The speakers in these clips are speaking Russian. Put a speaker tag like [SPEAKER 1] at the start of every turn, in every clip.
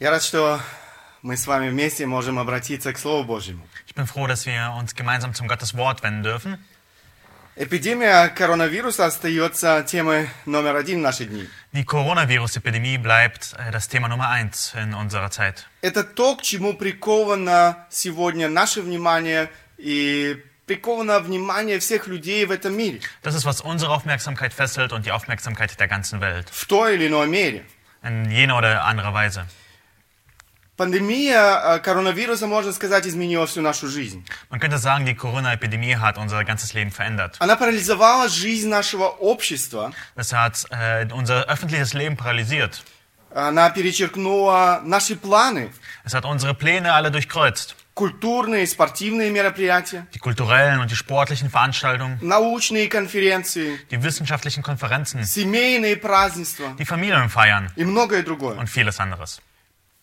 [SPEAKER 1] Я рад, что мы с вами вместе можем обратиться к Слову Божьему.
[SPEAKER 2] Ich bin froh, dass wir uns gemeinsam zum Gottes Wort wenden dürfen.
[SPEAKER 1] Эпидемия коронавируса остается темой номер один в наши дни.
[SPEAKER 2] Die Coronavirus-Epidemie bleibt äh, das Thema Nummer eins in unserer Zeit.
[SPEAKER 1] Это то, к чему приковано сегодня наше внимание и приковано внимание всех людей в этом мире
[SPEAKER 2] Das ist, was unsere Aufmerksamkeit fesselt und die Aufmerksamkeit der ganzen Welt.
[SPEAKER 1] в той или иной мере.
[SPEAKER 2] In jener oder anderer Weise.
[SPEAKER 1] Пандемия э, коронавируса, можно сказать, изменила всю нашу жизнь.
[SPEAKER 2] Man könnte sagen, die Corona-Epidemie hat unser ganzes Leben verändert.
[SPEAKER 1] Она парализовала жизнь нашего общества,
[SPEAKER 2] Das hat äh, unser öffentliches Leben paralysiert.
[SPEAKER 1] она перечеркнула наши планы,
[SPEAKER 2] Es hat unsere Pläne alle durchkreuzt.
[SPEAKER 1] культурные, спортивные мероприятия,
[SPEAKER 2] Die kulturellen und die sportlichen Veranstaltungen,
[SPEAKER 1] научные конференции,
[SPEAKER 2] die wissenschaftlichen Konferenzen,
[SPEAKER 1] семейные празднества
[SPEAKER 2] die Familienfeiern
[SPEAKER 1] и многое другое.
[SPEAKER 2] und vieles anderes.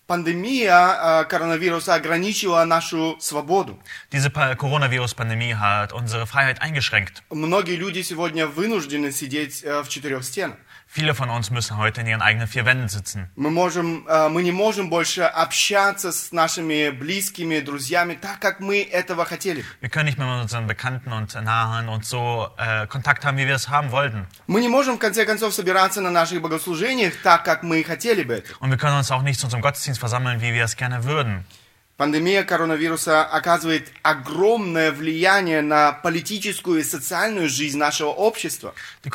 [SPEAKER 1] Пандемия э, коронавируса ограничила нашу свободу.
[SPEAKER 2] Diese Pa- Coronavirus-Pandemie hat unsere Freiheit eingeschränkt.
[SPEAKER 1] Многие люди сегодня вынуждены сидеть э, в четырех стенах.
[SPEAKER 2] Viele von uns müssen heute in ihren eigenen vier Wänden sitzen.
[SPEAKER 1] Мы, можем, э, мы не можем больше общаться с нашими близкими, друзьями, так как мы этого хотели. бы.
[SPEAKER 2] Wir können nicht mehr mit unseren Bekannten und Nahen und so äh, Kontakt haben, wie wir es haben wollten.
[SPEAKER 1] Мы не можем, в конце концов, собираться на наших богослужениях так, как мы хотели бы этого.
[SPEAKER 2] Und wir können uns auch nicht zu unserem Gottesdienst versammeln, wie wir es gerne würden.
[SPEAKER 1] Пандемия коронавируса оказывает огромное влияние на политическую и социальную жизнь нашего общества.
[SPEAKER 2] Die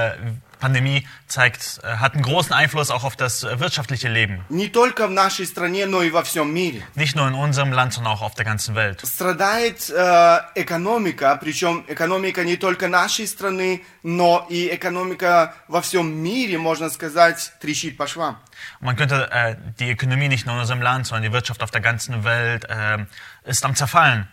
[SPEAKER 2] Corona-Pandemie zeigt, äh, hat einen großen Einfluss auch auf das äh, wirtschaftliche Leben.
[SPEAKER 1] Не только в нашей стране, но и во всем мире.
[SPEAKER 2] Nicht nur in unserem Land, sondern auch auf der ganzen Welt.
[SPEAKER 1] Страдает э, экономика, причем экономика не только нашей страны, но и экономика во всем мире, можно сказать, трещит по швам.
[SPEAKER 2] Und man könnte äh, die Ökonomie nicht nur in unserem Land, sondern die Wirtschaft auf der ganzen Welt äh, ist am Zerfallen.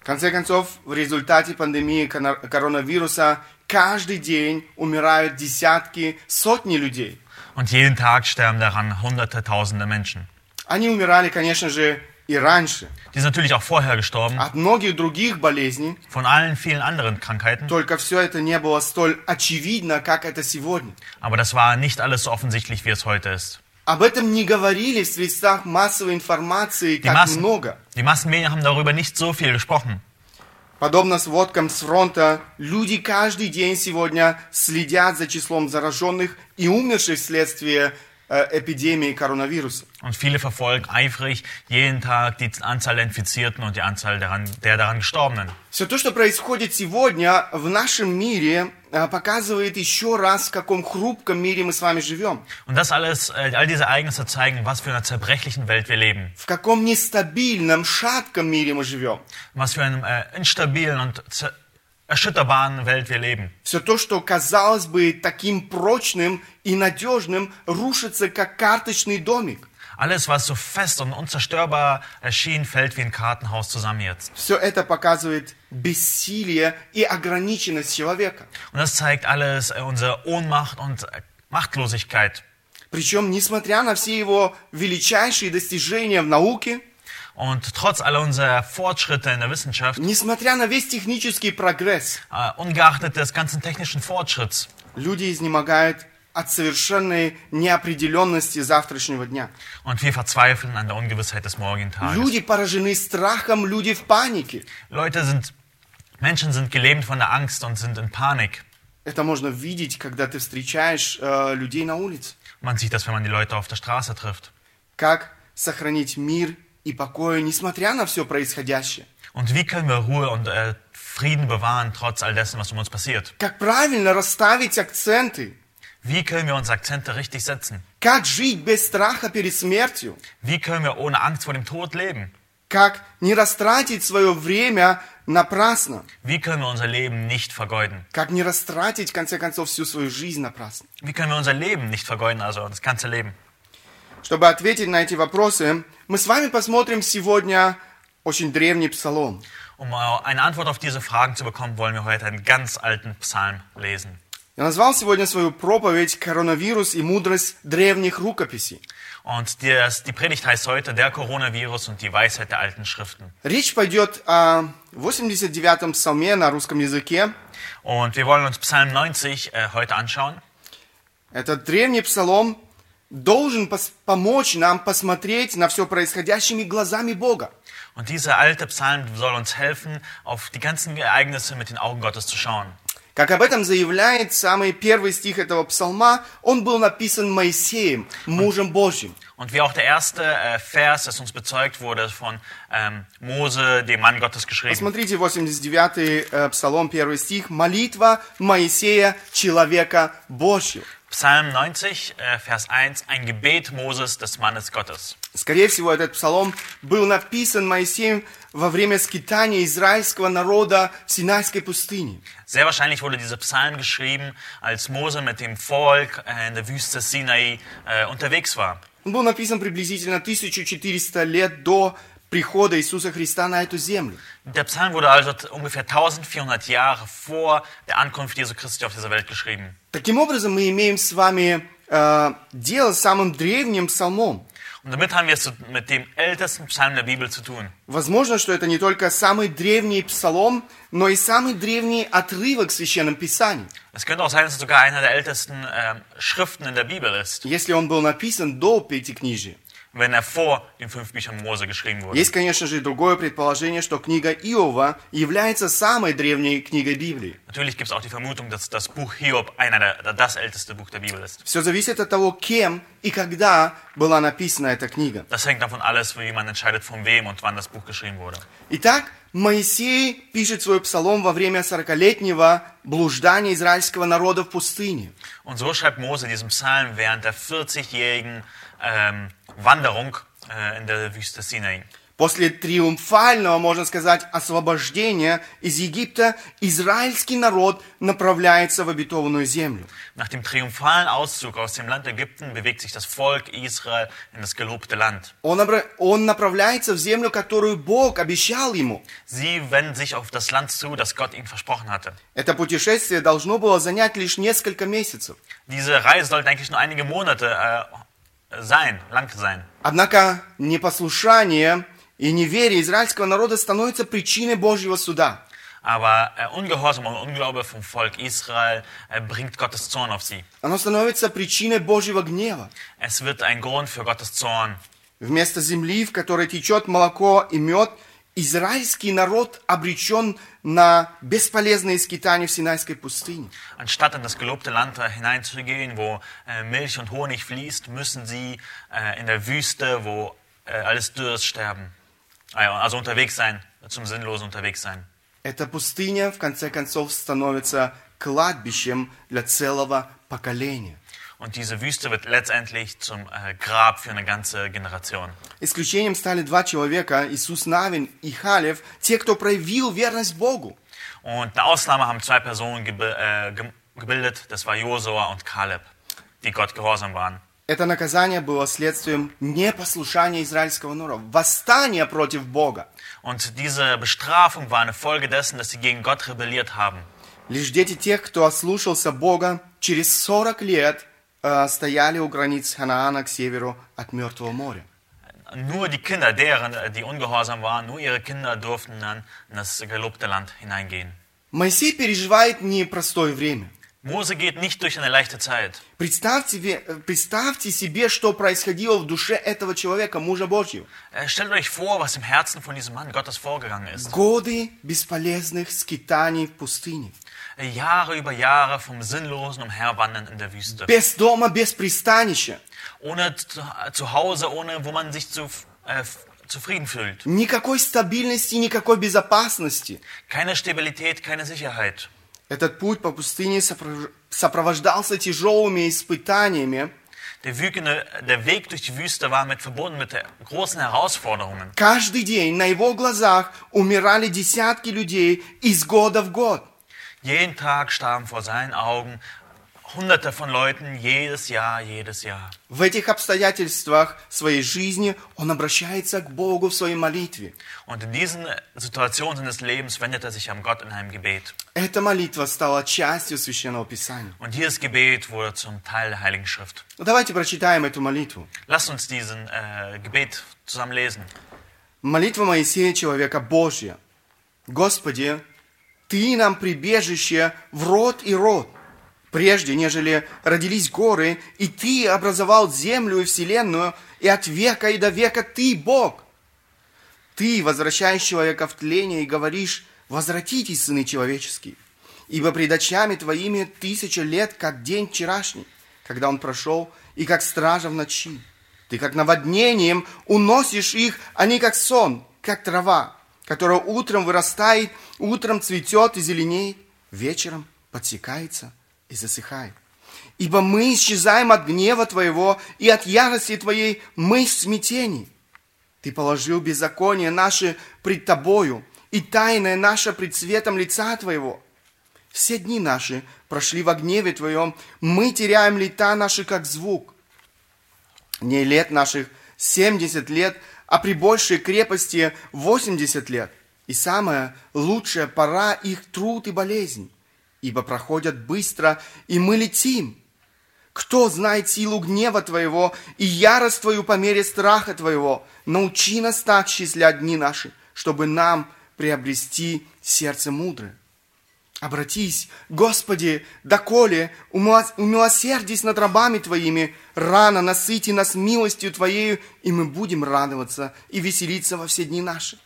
[SPEAKER 1] В конце концов, в результате пандемии кона- коронавируса каждый день умирают десятки, сотни людей.
[SPEAKER 2] Und jeden Tag sterben daran Hunderte, Tausende Menschen.
[SPEAKER 1] Они умирали, конечно же, и раньше
[SPEAKER 2] Die sind natürlich auch vorher gestorben,
[SPEAKER 1] от многих других болезней,
[SPEAKER 2] von allen vielen anderen Krankheiten.
[SPEAKER 1] только все это не было столь очевидно, как это сегодня.
[SPEAKER 2] Aber das war nicht alles so offensichtlich, wie es heute ist.
[SPEAKER 1] Об этом не говорили в средствах массовой информации
[SPEAKER 2] Die,
[SPEAKER 1] так
[SPEAKER 2] Massen,
[SPEAKER 1] много.
[SPEAKER 2] die Massenmedien haben darüber nicht so viel gesprochen.
[SPEAKER 1] Подобно сводкам с фронта, люди каждый день сегодня следят за числом зараженных и умерших вследствие э, эпидемии коронавируса.
[SPEAKER 2] Und viele verfolgen eifrig jeden Tag die Anzahl der Infizierten und die Anzahl daran, der daran Gestorbenen.
[SPEAKER 1] Все то, что происходит сегодня в нашем мире, э, показывает еще раз, в каком хрупком мире мы с вами живем,
[SPEAKER 2] Und das alles, äh, all diese Ereignisse zeigen, was für einer zerbrechlichen Welt wir leben.
[SPEAKER 1] в каком нестабильном, шатком мире мы живем.
[SPEAKER 2] was für einem äh, instabilen und zer- erschütterbaren Welt wir leben.
[SPEAKER 1] Все то, что казалось бы таким прочным и надежным, рушится, как карточный домик.
[SPEAKER 2] Alles, was so fest und unzerstörbar erschien, fällt wie ein Kartenhaus zusammen jetzt.
[SPEAKER 1] Все это показывает бессилие и ограниченность человека.
[SPEAKER 2] Und das zeigt alles äh, unsere Ohnmacht und äh, Machtlosigkeit.
[SPEAKER 1] Причем, несмотря на все его величайшие достижения в науке,
[SPEAKER 2] Und trotz aller unserer Fortschritte in der Wissenschaft,
[SPEAKER 1] несмотря на весь технический прогресс,
[SPEAKER 2] äh, ungeachtet des ganzen technischen Fortschritts,
[SPEAKER 1] люди изнемогают от совершенной неопределенности завтрашнего дня.
[SPEAKER 2] und wir verzweifeln an der Ungewissheit des morgigen Tages.
[SPEAKER 1] Люди поражены страхом, люди в панике.
[SPEAKER 2] Leute sind, Menschen sind gelähmt von der Angst und sind in Panik.
[SPEAKER 1] Это можно видеть, когда ты встречаешь э, людей на улице.
[SPEAKER 2] Man sieht das, wenn man die Leute auf der Straße trifft.
[SPEAKER 1] Как сохранить мир и покой, несмотря на все происходящее?
[SPEAKER 2] Und wie können wir Ruhe und äh, Frieden bewahren, trotz all dessen, was um uns passiert?
[SPEAKER 1] Как правильно расставить акценты?
[SPEAKER 2] Wie können wir unsere Akzente richtig setzen?
[SPEAKER 1] Как жить без страха перед смертью?
[SPEAKER 2] Wie können wir ohne Angst vor dem Tod leben?
[SPEAKER 1] Как не растратить свое время напрасно?
[SPEAKER 2] Wie können wir unser Leben nicht vergeuden?
[SPEAKER 1] Как не растратить, в конце концов, всю свою жизнь напрасно?
[SPEAKER 2] Wie können wir unser Leben nicht vergeuden, also das ganze Leben?
[SPEAKER 1] Чтобы ответить на эти вопросы, мы с вами посмотрим сегодня очень древний псалом.
[SPEAKER 2] Um äh, eine Antwort auf diese Fragen zu bekommen, wollen wir heute einen ganz alten Psalm lesen.
[SPEAKER 1] Я назвал сегодня свою проповедь «Коронавирус и мудрость древних рукописей».
[SPEAKER 2] Und die, das- die Predigt heißt heute Der Coronavirus und die Weisheit der alten Schriften.
[SPEAKER 1] Речь пойдет о 89-м псалме на русском языке.
[SPEAKER 2] Und wir wollen uns Psalm 90 äh, heute anschauen.
[SPEAKER 1] Этот древний псалом должен пос- помочь нам посмотреть на все происходящими глазами Бога.
[SPEAKER 2] Und dieser alte Psalm soll uns helfen, auf die ganzen Ereignisse mit den Augen Gottes zu schauen.
[SPEAKER 1] Как об этом заявляет самый первый стих этого псалма, он был написан Моисеем, мужем Божьим.
[SPEAKER 2] Und wie auch der erste äh, Vers, das uns bezeugt wurde von ähm, Mose, dem Mann Gottes, geschrieben.
[SPEAKER 1] Смотрите 89-й э, псалом, первый стих. «Молитва Моисея, человека Божьего».
[SPEAKER 2] Psalm 90, äh, Vers 1, ein Gebet Moses, des Mannes Gottes.
[SPEAKER 1] Скорее всего, этот псалом был написан Моисеем во время скитания израильского народа в Синайской пустыне.
[SPEAKER 2] Sehr wahrscheinlich wurde dieser Psalm geschrieben, als Mose mit dem Volk äh, in der Wüste Sinai äh, unterwegs war.
[SPEAKER 1] Он был написан приблизительно 1400 лет до прихода Иисуса Христа на эту землю.
[SPEAKER 2] Der Psalm wurde also t- ungefähr 1400 Jahre vor der Ankunft Jesu Christi auf dieser Welt geschrieben.
[SPEAKER 1] Таким образом, мы имеем с вами э, дело с самым древним псалмом.
[SPEAKER 2] Und damit haben wir es zu- mit dem ältesten Psalm der Bibel zu tun.
[SPEAKER 1] Возможно, что это не только самый древний псалом, но и самый древний отрывок в Священном Писании,
[SPEAKER 2] Es könnte auch sein, dass es sogar einer der ältesten ähm, Schriften in der Bibel ist,
[SPEAKER 1] если он был написан до Пятикнижия.
[SPEAKER 2] wenn er vor den fünf Büchern Mose geschrieben wurde.
[SPEAKER 1] Есть, конечно же, и другое предположение, что книга Иова является самой древней книгой Библии.
[SPEAKER 2] Natürlich gibt es auch die Vermutung, dass das Buch Hiob einer der, der- das älteste Buch der Bibel ist.
[SPEAKER 1] Все зависит от того, кем и когда была написана эта книга.
[SPEAKER 2] Das hängt davon alles, wie man entscheidet, von wem und wann das Buch geschrieben wurde.
[SPEAKER 1] Итак, Моисей пишет свой псалом во время сорокалетнего блуждания израильского народа в пустыне.
[SPEAKER 2] Und so schreibt Mose diesen Psalm während der 40-jährigen ähm, Wanderung äh, in der Wüste Sinai.
[SPEAKER 1] После триумфального, можно сказать, освобождения из Египта, израильский народ направляется в обетованную землю.
[SPEAKER 2] Nach dem triumphalen Auszug aus dem Land Ägypten bewegt sich das Volk Israel in das gelobte Land.
[SPEAKER 1] Он, обра- он направляется в землю, которую Бог обещал ему.
[SPEAKER 2] Sie wenden sich auf das Land zu, das Gott ihnen versprochen hatte.
[SPEAKER 1] Это путешествие должно было занять лишь несколько месяцев.
[SPEAKER 2] Diese Reise sollte eigentlich nur einige Monate äh, sein, lang sein.
[SPEAKER 1] Однако непослушание и неверие израильского народа становится причиной Божьего суда.
[SPEAKER 2] Aber äh, Ungehorsam und Unglaube vom Volk Israel äh, bringt Gottes Zorn auf sie.
[SPEAKER 1] Оно становится причиной Божьего гнева.
[SPEAKER 2] Es wird ein Grund für Gottes Zorn.
[SPEAKER 1] Вместо земли, в которой течет молоко и мед, израильский народ обречен на бесполезные скитания в Синайской пустыне.
[SPEAKER 2] Anstatt in das gelobte Land äh, hineinzugehen, wo äh, Milch und Honig fließt, müssen sie äh, in der Wüste, wo äh, alles Dürst sterben. Äh, Also unterwegs sein, zum Sinnlosen unterwegs sein.
[SPEAKER 1] Эта пустыня, в конце концов, становится кладбищем для целого поколения.
[SPEAKER 2] Und diese Wüste wird letztendlich zum äh, Grab für eine ganze Generation.
[SPEAKER 1] Исключением стали два человека, Иисус Навин и Халев, те, кто проявил верность Богу.
[SPEAKER 2] Und eine Ausnahme haben zwei Personen gebe, äh, gem- gebildet, das war Josua und Kaleb, die Gott gehorsam waren.
[SPEAKER 1] Это наказание было следствием непослушания израильского народа, восстания против Бога.
[SPEAKER 2] Und diese Bestrafung war eine Folge dessen, dass sie gegen Gott rebelliert haben.
[SPEAKER 1] Лишь дети тех, кто ослушался Бога, через 40 лет э, стояли у границ Ханаана к северу от Мертвого моря.
[SPEAKER 2] Nur die Kinder deren, äh, die ungehorsam waren, nur ihre Kinder durften dann in das gelobte Land hineingehen.
[SPEAKER 1] Моисей переживает непростое время.
[SPEAKER 2] Mose geht nicht durch eine leichte Zeit.
[SPEAKER 1] Представьте, ве- э, представьте себе, что происходило в душе этого человека, мужа Божьего.
[SPEAKER 2] Äh, Stellt euch vor, was im Herzen von diesem Mann Gottes vorgegangen ist.
[SPEAKER 1] Годы бесполезных скитаний в пустыне.
[SPEAKER 2] Äh, Jahre über Jahre vom sinnlosen Umherwandern in der Wüste.
[SPEAKER 1] Без дома, без пристанища.
[SPEAKER 2] Ohne zu, äh, zu Hause, ohne wo man sich zu, äh, f- zufrieden fühlt.
[SPEAKER 1] Никакой стабильности, никакой безопасности.
[SPEAKER 2] Keine Stabilität, keine Sicherheit.
[SPEAKER 1] Этот путь по пустыне сопровож- сопровождался тяжелыми испытаниями,
[SPEAKER 2] Der, Wügene, äh, der Weg durch die Wüste war mit verbunden mit der großen Herausforderungen.
[SPEAKER 1] Каждый день на его глазах умирали десятки людей из года в год.
[SPEAKER 2] Jeden Tag starben vor seinen Augen Hunderte von Leuten, jedes Jahr, jedes Jahr.
[SPEAKER 1] В этих обстоятельствах своей жизни он обращается к Богу в своей молитве.
[SPEAKER 2] Und in diesen Situationen seines Lebens wendet er sich an Gott in einem Gebet.
[SPEAKER 1] Эта молитва стала частью Священного Писания.
[SPEAKER 2] Und dieses Gebet wurde zum Teil der Heiligen Schrift.
[SPEAKER 1] Ну, Давайте прочитаем эту молитву.
[SPEAKER 2] Lasst uns diesen äh, Gebet zusammen lesen.
[SPEAKER 1] Молитва Моисея, человека Божья. «Господи, Ты нам прибежище в род и род, прежде, нежели родились горы, и Ты образовал землю и вселенную, и от века и до века Ты Бог. Ты возвращаешь человека в тление и говоришь, возвратитесь, сыны человеческие, ибо пред очами Твоими тысяча лет, как день вчерашний, когда он прошел, и как стража в ночи. Ты как наводнением уносишь их, они как сон, как трава, которая утром вырастает, утром цветет и зеленеет, вечером подсекается и засыхает. Ибо мы исчезаем от гнева Твоего и от ярости Твоей, мы в смятении. Ты положил беззаконие наше пред Тобою и тайное наше пред светом лица Твоего. Все дни наши прошли во гневе Твоем, мы теряем лета наши, как звук. Не лет наших семьдесят лет, а при большей крепости восемьдесят лет. И самая лучшая пора их труд и болезнь, ибо проходят быстро, и мы летим. Кто знает силу гнева Твоего и ярость Твою по мере страха Твоего? Научи нас так счислять дни наши, чтобы нам приобрести сердце мудрое. Обратись, Господи, доколе умилосердись над рабами Твоими, рано насыти нас милостью Твоею, и мы будем радоваться и веселиться во все дни наши.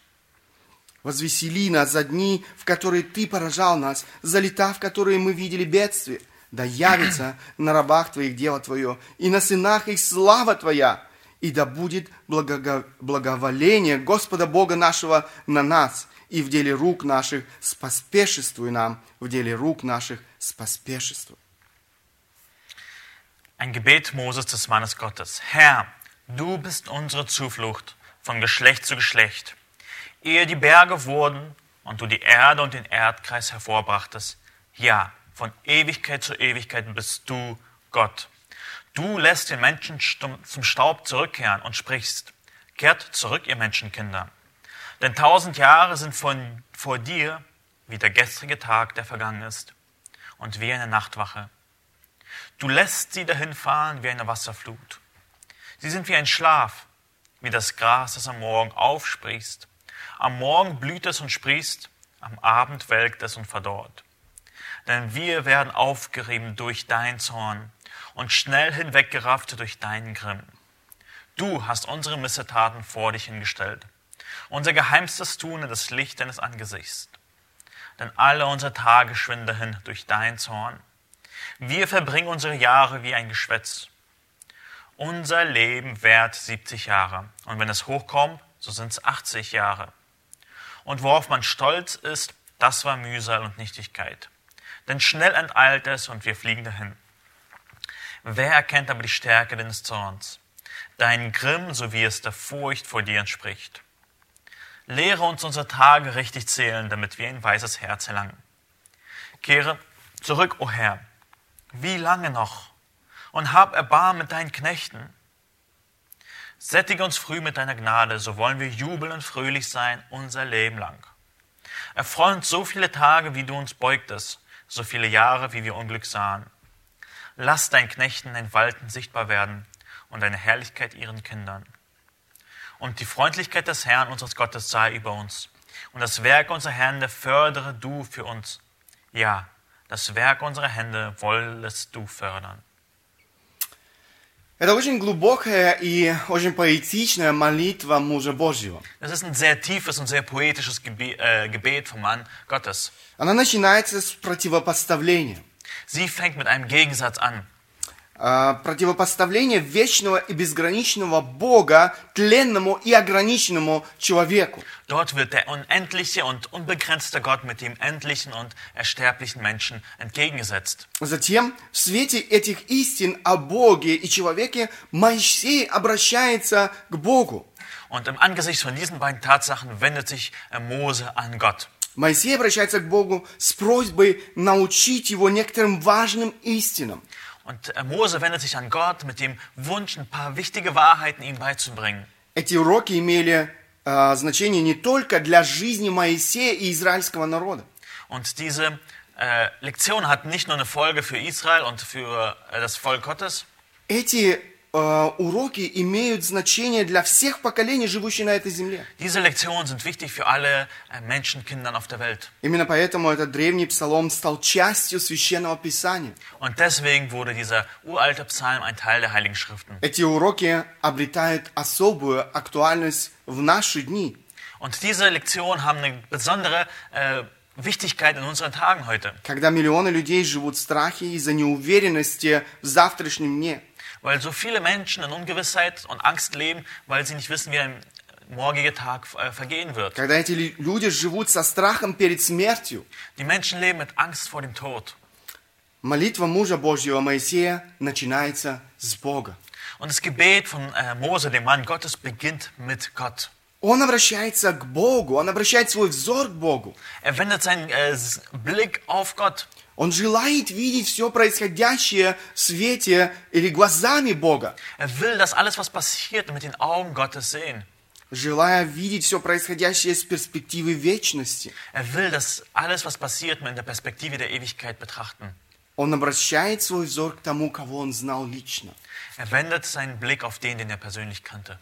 [SPEAKER 1] Возвесели нас за дни, в которые Ты поражал нас, за лета, в которые мы видели бедствие, да явится на рабах Твоих дело Твое, и на сынах их слава Твоя, и да будет благого... благоволение Господа Бога нашего на нас, и в деле рук наших споспешествуй нам, в деле рук наших споспешествуй.
[SPEAKER 2] Ein Gebet Moses des Mannes Gottes. Herr, du bist unsere Zuflucht von Geschlecht zu Geschlecht. Ehe die Berge wurden und du die Erde und den Erdkreis hervorbrachtest, ja, von Ewigkeit zu Ewigkeit bist du Gott. Du lässt den Menschen stum- zum Staub zurückkehren und sprichst, kehrt zurück, ihr Menschenkinder. Denn tausend Jahre sind von, vor dir wie der gestrige Tag, der vergangen ist, und wie eine Nachtwache. Du lässt sie dahinfahren wie eine Wasserflut. Sie sind wie ein Schlaf, wie das Gras, das am Morgen aufsprießt. Am Morgen blüht es und sprießt, am Abend welkt es und verdorrt. Denn wir werden aufgerieben durch dein Zorn und schnell hinweggerafft durch deinen Grimm. Du hast unsere Missetaten vor dich hingestellt unser geheimstes Tun in das Licht deines Angesichts. Denn alle unsere Tage schwinden dahin durch dein Zorn. Wir verbringen unsere Jahre wie ein Geschwätz. Unser Leben währt 70 Jahre, und wenn es hochkommt, so sind es 80 Jahre. Und worauf man stolz ist, das war Mühsal und Nichtigkeit. Denn schnell enteilt es, und wir fliegen dahin. Wer erkennt aber die Stärke deines Zorns? Dein Grimm, so wie es der Furcht vor dir entspricht. Lehre uns unsere Tage richtig zählen, damit wir ein weises Herz erlangen. Kehre zurück, o Herr, wie lange noch? Und hab Erbarmen mit deinen Knechten. Sättige uns früh mit deiner Gnade, so wollen wir jubeln und fröhlich sein unser Leben lang. Erfreue uns so viele Tage, wie du uns beugtest, so viele Jahre, wie wir Unglück sahen. Lass deinen Knechten dein Walten sichtbar werden und deine Herrlichkeit ihren Kindern und die Freundlichkeit des Herrn unseres Gottes sei über uns. Und das Werk unserer Hände fördere du für uns. Ja, das Werk unserer Hände wollest du fördern.
[SPEAKER 1] Это очень глубокая и очень поэтичная молитва мужа Божьего.
[SPEAKER 2] Das ist ein sehr tiefes und sehr poetisches Gebet, äh, Gebet vom Mann Gottes.
[SPEAKER 1] Она начинается с противопоставления.
[SPEAKER 2] Sie fängt mit einem Gegensatz an.
[SPEAKER 1] А, противопоставление вечного и безграничного Бога тленному и ограниченному человеку.
[SPEAKER 2] Dort wird der unendliche und unbegrenzte Gott mit dem endlichen und ersterblichen Menschen entgegengesetzt.
[SPEAKER 1] Затем в свете этих истин о Боге и человеке Моисей обращается к Богу.
[SPEAKER 2] Und im Angesicht von diesen beiden Tatsachen wendet sich äh, Mose an Gott.
[SPEAKER 1] Моисей обращается к Богу с просьбой научить его некоторым важным истинам.
[SPEAKER 2] Und äh, Mose wendet sich an Gott mit dem Wunsch, ein paar wichtige Wahrheiten ihm beizubringen.
[SPEAKER 1] Эти уроки имели а, значение не только для жизни Моисея и израильского народа,
[SPEAKER 2] Und diese äh, Lektion hat nicht nur eine Folge für Israel und für äh, das Volk Gottes.
[SPEAKER 1] Эти э, уроки имеют значение для всех поколений, живущих на этой земле.
[SPEAKER 2] Diese Lektionen sind wichtig für alle äh, Menschenkindern auf der Welt.
[SPEAKER 1] Именно поэтому этот древний псалом стал частью священного писания.
[SPEAKER 2] Und deswegen wurde dieser uralte Psalm ein Teil der Heiligen Schriften.
[SPEAKER 1] Эти уроки обретают особую актуальность в наши дни.
[SPEAKER 2] Und diese Lektionen haben eine besondere äh, Wichtigkeit in unseren Tagen heute,
[SPEAKER 1] Когда миллионы людей живут в страхе из-за неуверенности в завтрашнем дне.
[SPEAKER 2] weil so viele Menschen in Ungewissheit und Angst leben, weil sie nicht wissen, wie ein morgiger Tag äh, vergehen wird.
[SPEAKER 1] Когда эти ли- люди живут со страхом перед смертью.
[SPEAKER 2] Die Menschen leben mit Angst vor dem Tod.
[SPEAKER 1] Молитва мужа Божьего Моисея начинается с Бога.
[SPEAKER 2] Und das Gebet von äh, Mose, dem Mann Gottes, beginnt mit Gott.
[SPEAKER 1] Он обращается к Богу, он обращает свой взор к Богу.
[SPEAKER 2] Er wendet seinen äh, s- Blick auf Gott.
[SPEAKER 1] Он желает видеть все происходящее в свете или глазами Бога.
[SPEAKER 2] Er will, dass alles, was passiert, mit den Augen Gottes sehen.
[SPEAKER 1] Желая видеть все происходящее с перспективы вечности.
[SPEAKER 2] Er will, dass alles, was passiert, mit der Perspektive der Ewigkeit betrachten.
[SPEAKER 1] Он обращает свой взор к тому, кого он знал лично.
[SPEAKER 2] Er wendet seinen Blick auf den, den er persönlich kannte.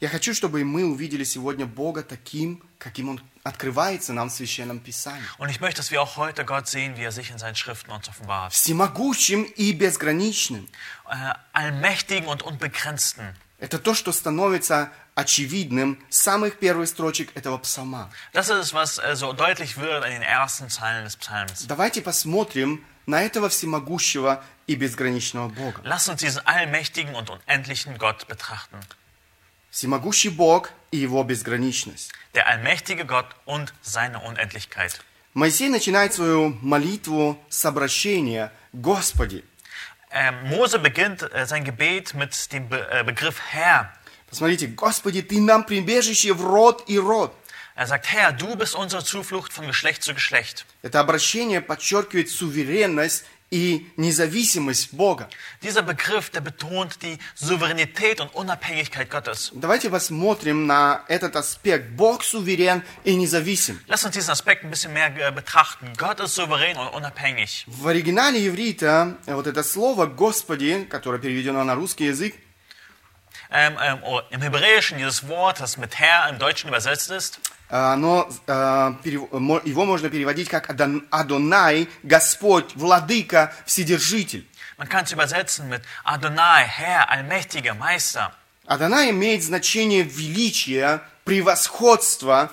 [SPEAKER 1] Я хочу, чтобы и мы увидели сегодня Бога таким, каким Он открывается нам в Священном Писании.
[SPEAKER 2] Und ich möchte, dass wir auch heute Gott sehen, wie er sich in seinen Schriften uns offenbart.
[SPEAKER 1] Всемогущим и безграничным.
[SPEAKER 2] Äh, allmächtigen und unbegrenzten.
[SPEAKER 1] Это то, что становится очевидным с самых первых строчек этого псалма.
[SPEAKER 2] Das ist es, was äh, so deutlich wird in den ersten Zeilen des Psalms.
[SPEAKER 1] Давайте посмотрим на этого всемогущего и безграничного Бога.
[SPEAKER 2] Lass uns diesen allmächtigen und unendlichen Gott betrachten.
[SPEAKER 1] Всемогущий Бог и его безграничность.
[SPEAKER 2] Der allmächtige Gott und seine Unendlichkeit.
[SPEAKER 1] Моисей начинает свою молитву с обращения «Господи».
[SPEAKER 2] Ähm, Mose beginnt äh, sein Gebet mit dem Be äh, Begriff Herr.
[SPEAKER 1] Посмотрите, «Господи, Ты нам прибежище в род и род».
[SPEAKER 2] Er sagt, Herr, du bist unsere Zuflucht von Geschlecht zu Geschlecht.
[SPEAKER 1] Это обращение подчеркивает суверенность и независимость Бога.
[SPEAKER 2] Dieser Begriff, der betont die Souveränität und Unabhängigkeit Gottes.
[SPEAKER 1] Давайте посмотрим на этот аспект. Бог суверен и независим.
[SPEAKER 2] Lass uns diesen Aspekt ein bisschen mehr äh, betrachten. Gott ist souverän und unabhängig.
[SPEAKER 1] В оригинале еврита э, вот это слово «Господи», которое переведено на русский язык,
[SPEAKER 2] Ähm, ähm, oh, Im Hebräischen dieses Wort, das mit Herr im Deutschen übersetzt ist,
[SPEAKER 1] э, оно, э, перев- мо- его можно переводить как «Адон- «Адонай», «Господь», «Владыка», «Вседержитель».
[SPEAKER 2] man kann es übersetzen mit Adonai, Herr, Allmächtiger, Meister.
[SPEAKER 1] «Адонай» имеет значение величия, превосходства,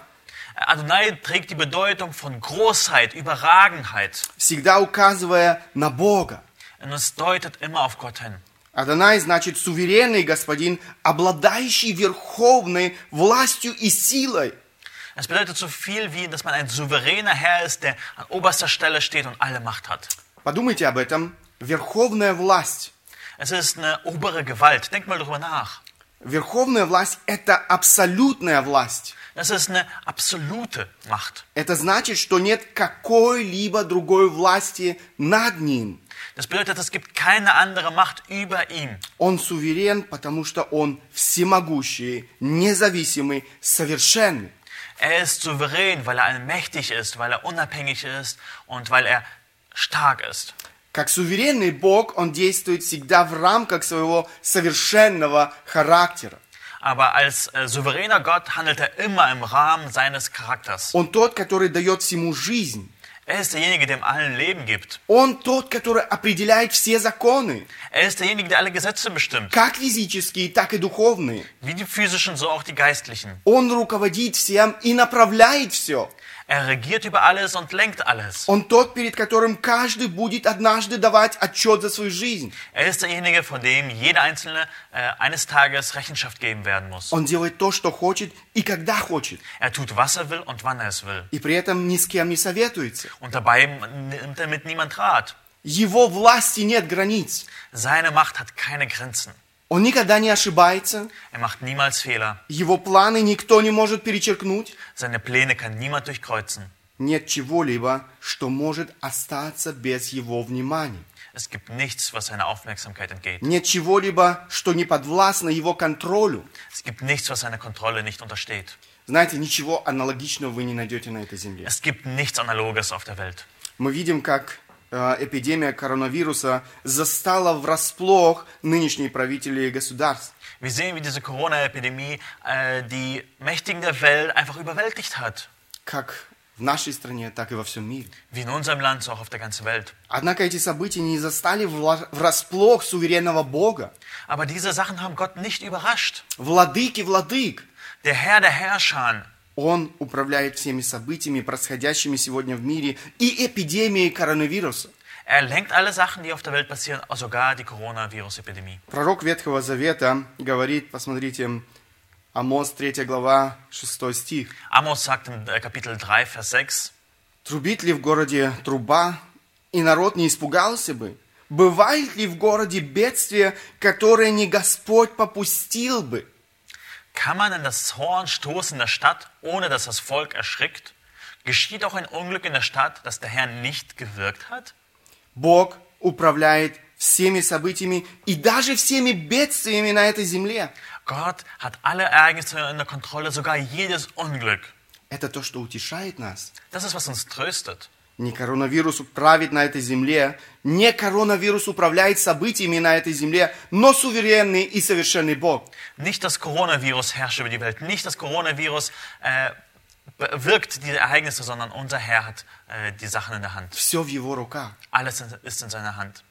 [SPEAKER 2] Äh, Adonai trägt die Bedeutung von Großheit, Überragenheit.
[SPEAKER 1] всегда указывая на Бога.
[SPEAKER 2] Und es deutet immer auf Gott hin.
[SPEAKER 1] Адонай значит суверенный господин, обладающий верховной властью и силой.
[SPEAKER 2] Es bedeutet so viel wie, dass man ein souveräner Herr ist, der an oberster Stelle steht und alle Macht hat.
[SPEAKER 1] Подумайте об этом. Верховная власть.
[SPEAKER 2] Es ist eine obere Gewalt. Denk mal darüber nach.
[SPEAKER 1] Верховная власть – это абсолютная власть.
[SPEAKER 2] Das ist eine absolute Macht.
[SPEAKER 1] Это значит, что нет какой-либо другой власти над ним.
[SPEAKER 2] Das bedeutet, es gibt keine andere Macht über ihm.
[SPEAKER 1] Он суверен, потому что он всемогущий, независимый, совершенный.
[SPEAKER 2] Er ist souverän, weil er allmächtig ist, weil er unabhängig ist und weil er stark ist.
[SPEAKER 1] Как суверенный Бог, он действует всегда в рамках своего совершенного характера.
[SPEAKER 2] Aber als äh, souveräner Gott handelt er immer im Rahmen seines Charakters.
[SPEAKER 1] Он тот, который дает всему жизнь.
[SPEAKER 2] Er ist derjenige, dem allen Leben gibt.
[SPEAKER 1] Он тот, который определяет все законы,
[SPEAKER 2] Er ist derjenige, der alle Gesetze bestimmt,
[SPEAKER 1] как физические, так и духовные.
[SPEAKER 2] wie die physischen, so auch die geistlichen.
[SPEAKER 1] Он руководит всем и направляет все.
[SPEAKER 2] Er regiert über alles und lenkt alles.
[SPEAKER 1] Он тот, перед которым каждый будет однажды давать отчет за свою жизнь.
[SPEAKER 2] Er ist derjenige, von dem jeder Einzelne äh, eines Tages Rechenschaft geben werden muss.
[SPEAKER 1] Он делает то, что хочет и когда хочет.
[SPEAKER 2] Er tut, was er will und wann er es will.
[SPEAKER 1] И при этом ни с кем не советуется.
[SPEAKER 2] Und dabei nimmt er mit niemand Rat.
[SPEAKER 1] Его власти нет границ.
[SPEAKER 2] Seine Macht hat keine Grenzen.
[SPEAKER 1] Он никогда не ошибается.
[SPEAKER 2] Er macht niemals Fehler.
[SPEAKER 1] Его планы никто не может перечеркнуть.
[SPEAKER 2] Seine Pläne kann niemand durchkreuzen.
[SPEAKER 1] Нет чего-либо, что может остаться без его внимания.
[SPEAKER 2] Es gibt nichts, was seiner Aufmerksamkeit entgeht.
[SPEAKER 1] Нет чего-либо, что не подвластно его контролю.
[SPEAKER 2] Es gibt nichts, was seiner Kontrolle nicht untersteht.
[SPEAKER 1] Знаете, ничего аналогичного вы не найдете на этой земле.
[SPEAKER 2] Es gibt nichts Analoges auf der Welt.
[SPEAKER 1] Мы видим, как э, эпидемия коронавируса застала врасплох нынешние правители государств.
[SPEAKER 2] Wir sehen, wie diese Corona-Epidemie äh, die Mächtigen der Welt einfach überwältigt hat.
[SPEAKER 1] Как в нашей стране, так и во всем мире.
[SPEAKER 2] Wie in unserem Land, so auch auf der ganzen Welt.
[SPEAKER 1] Однако эти события не застали вла- врасплох суверенного Бога,
[SPEAKER 2] Aber diese Sachen haben Gott nicht überrascht.
[SPEAKER 1] владыки владык.
[SPEAKER 2] Der Herr der Herrscher,
[SPEAKER 1] Он управляет всеми событиями, происходящими сегодня в мире, и эпидемией коронавируса.
[SPEAKER 2] er lenkt alle Sachen, die auf der Welt passieren, sogar die Coronavirus-Epidemie.
[SPEAKER 1] Пророк Ветхого Завета говорит, посмотрите, Амос 3 глава 6 стих.
[SPEAKER 2] Amos sagt im äh, Kapitel 3, Vers 6,
[SPEAKER 1] Трубит ли в городе труба, и народ не испугался бы? Бывает ли в городе бедствие, которое не Господь попустил бы?
[SPEAKER 2] Kann man in das Horn stoßen in der Stadt, ohne dass das Volk erschrickt? Geschieht auch ein Unglück in der Stadt, das der Herr nicht gewirkt hat?
[SPEAKER 1] Бог управляет всеми событиями и даже всеми бедствиями на этой земле.
[SPEAKER 2] Gott hat alle Ereignisse in der Kontrolle, sogar jedes Unglück.
[SPEAKER 1] Это то, что утешает нас.
[SPEAKER 2] Das ist, was uns tröstet.
[SPEAKER 1] Не коронавирус правит на этой земле, не коронавирус управляет событиями на этой земле, но суверенный и совершенный Бог.
[SPEAKER 2] Nicht das Coronavirus herrscht über die Welt, nicht das Coronavirus äh, wirkt diese Ereignisse, sondern unser Herr hat äh, die Sachen in der Hand.
[SPEAKER 1] Все в его руках.
[SPEAKER 2] Alles in- ist in seiner Hand.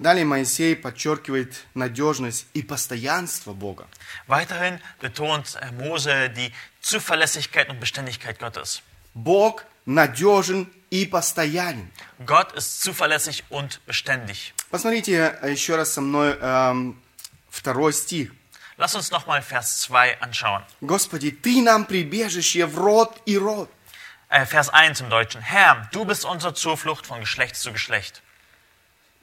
[SPEAKER 1] Далее Моисей подчеркивает надежность и постоянство Бога.
[SPEAKER 2] Weiterhin betont äh, Mose die Zuverlässigkeit und Beständigkeit Gottes.
[SPEAKER 1] Бог надежен и постоянен.
[SPEAKER 2] Gott ist zuverlässig und beständig.
[SPEAKER 1] Посмотрите еще раз со мной эм, второй стих.
[SPEAKER 2] Lass uns nochmal Vers 2 anschauen.
[SPEAKER 1] Господи, Ты нам прибежище в род и род.
[SPEAKER 2] Äh, Vers 1 im Deutschen. Herr, du bist unsere Zuflucht von Geschlecht zu Geschlecht.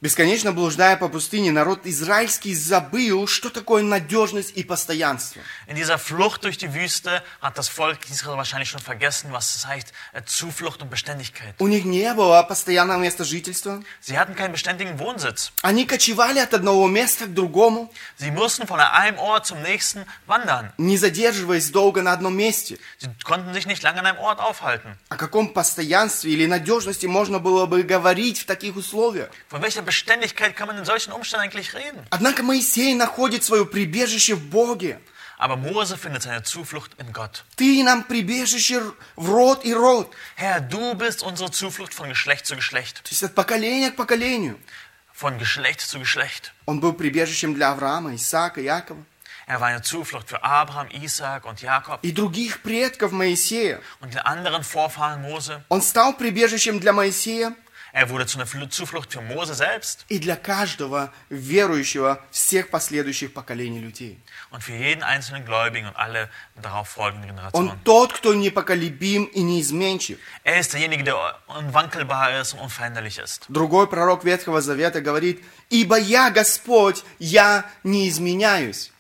[SPEAKER 1] Бесконечно блуждая по пустыне, народ израильский забыл, что такое надежность и постоянство.
[SPEAKER 2] In dieser Flucht durch die Wüste hat das Volk Israel wahrscheinlich schon vergessen, was es heißt, äh, Zuflucht und Beständigkeit.
[SPEAKER 1] У них не было постоянного места жительства.
[SPEAKER 2] Sie hatten keinen beständigen Wohnsitz.
[SPEAKER 1] Они кочевали от одного места к другому,
[SPEAKER 2] Sie mussten von einem Ort zum nächsten wandern.
[SPEAKER 1] не задерживаясь долго на одном месте.
[SPEAKER 2] Sie konnten sich nicht lange an einem Ort aufhalten.
[SPEAKER 1] О каком постоянстве или надежности можно было бы говорить в таких условиях?
[SPEAKER 2] Von welcher Beständigkeit kann man in solchen Umständen eigentlich reden?
[SPEAKER 1] Однако Моисей находит свое прибежище в Боге.
[SPEAKER 2] Aber Mose findet seine Zuflucht in Gott.
[SPEAKER 1] Ты нам прибежище в род и род,
[SPEAKER 2] Herr, du bist unsere Zuflucht von Geschlecht zu Geschlecht.
[SPEAKER 1] то есть от поколения к поколению.
[SPEAKER 2] von Geschlecht zu Geschlecht.
[SPEAKER 1] Он был прибежищем для Авраама, Исаака, Якова
[SPEAKER 2] Er war eine Zuflucht für Abraham, Isaak und Jakob
[SPEAKER 1] и других предков Моисея.
[SPEAKER 2] und den anderen Vorfahren Mose.
[SPEAKER 1] Он стал прибежищем для Моисея
[SPEAKER 2] Er wurde zu einer Fl- Zuflucht für Mose selbst
[SPEAKER 1] и для каждого верующего всех последующих поколений людей.
[SPEAKER 2] und für jeden einzelnen Gläubigen und alle darauf folgenden
[SPEAKER 1] Он
[SPEAKER 2] Generationen.
[SPEAKER 1] тот, кто непоколебим и неизменчив.
[SPEAKER 2] Er ist derjenige, der unwankelbar ist und unveränderlich ist.
[SPEAKER 1] Другой пророк Ветхого Завета говорит, «Ибо я Господь, я не изменяюсь».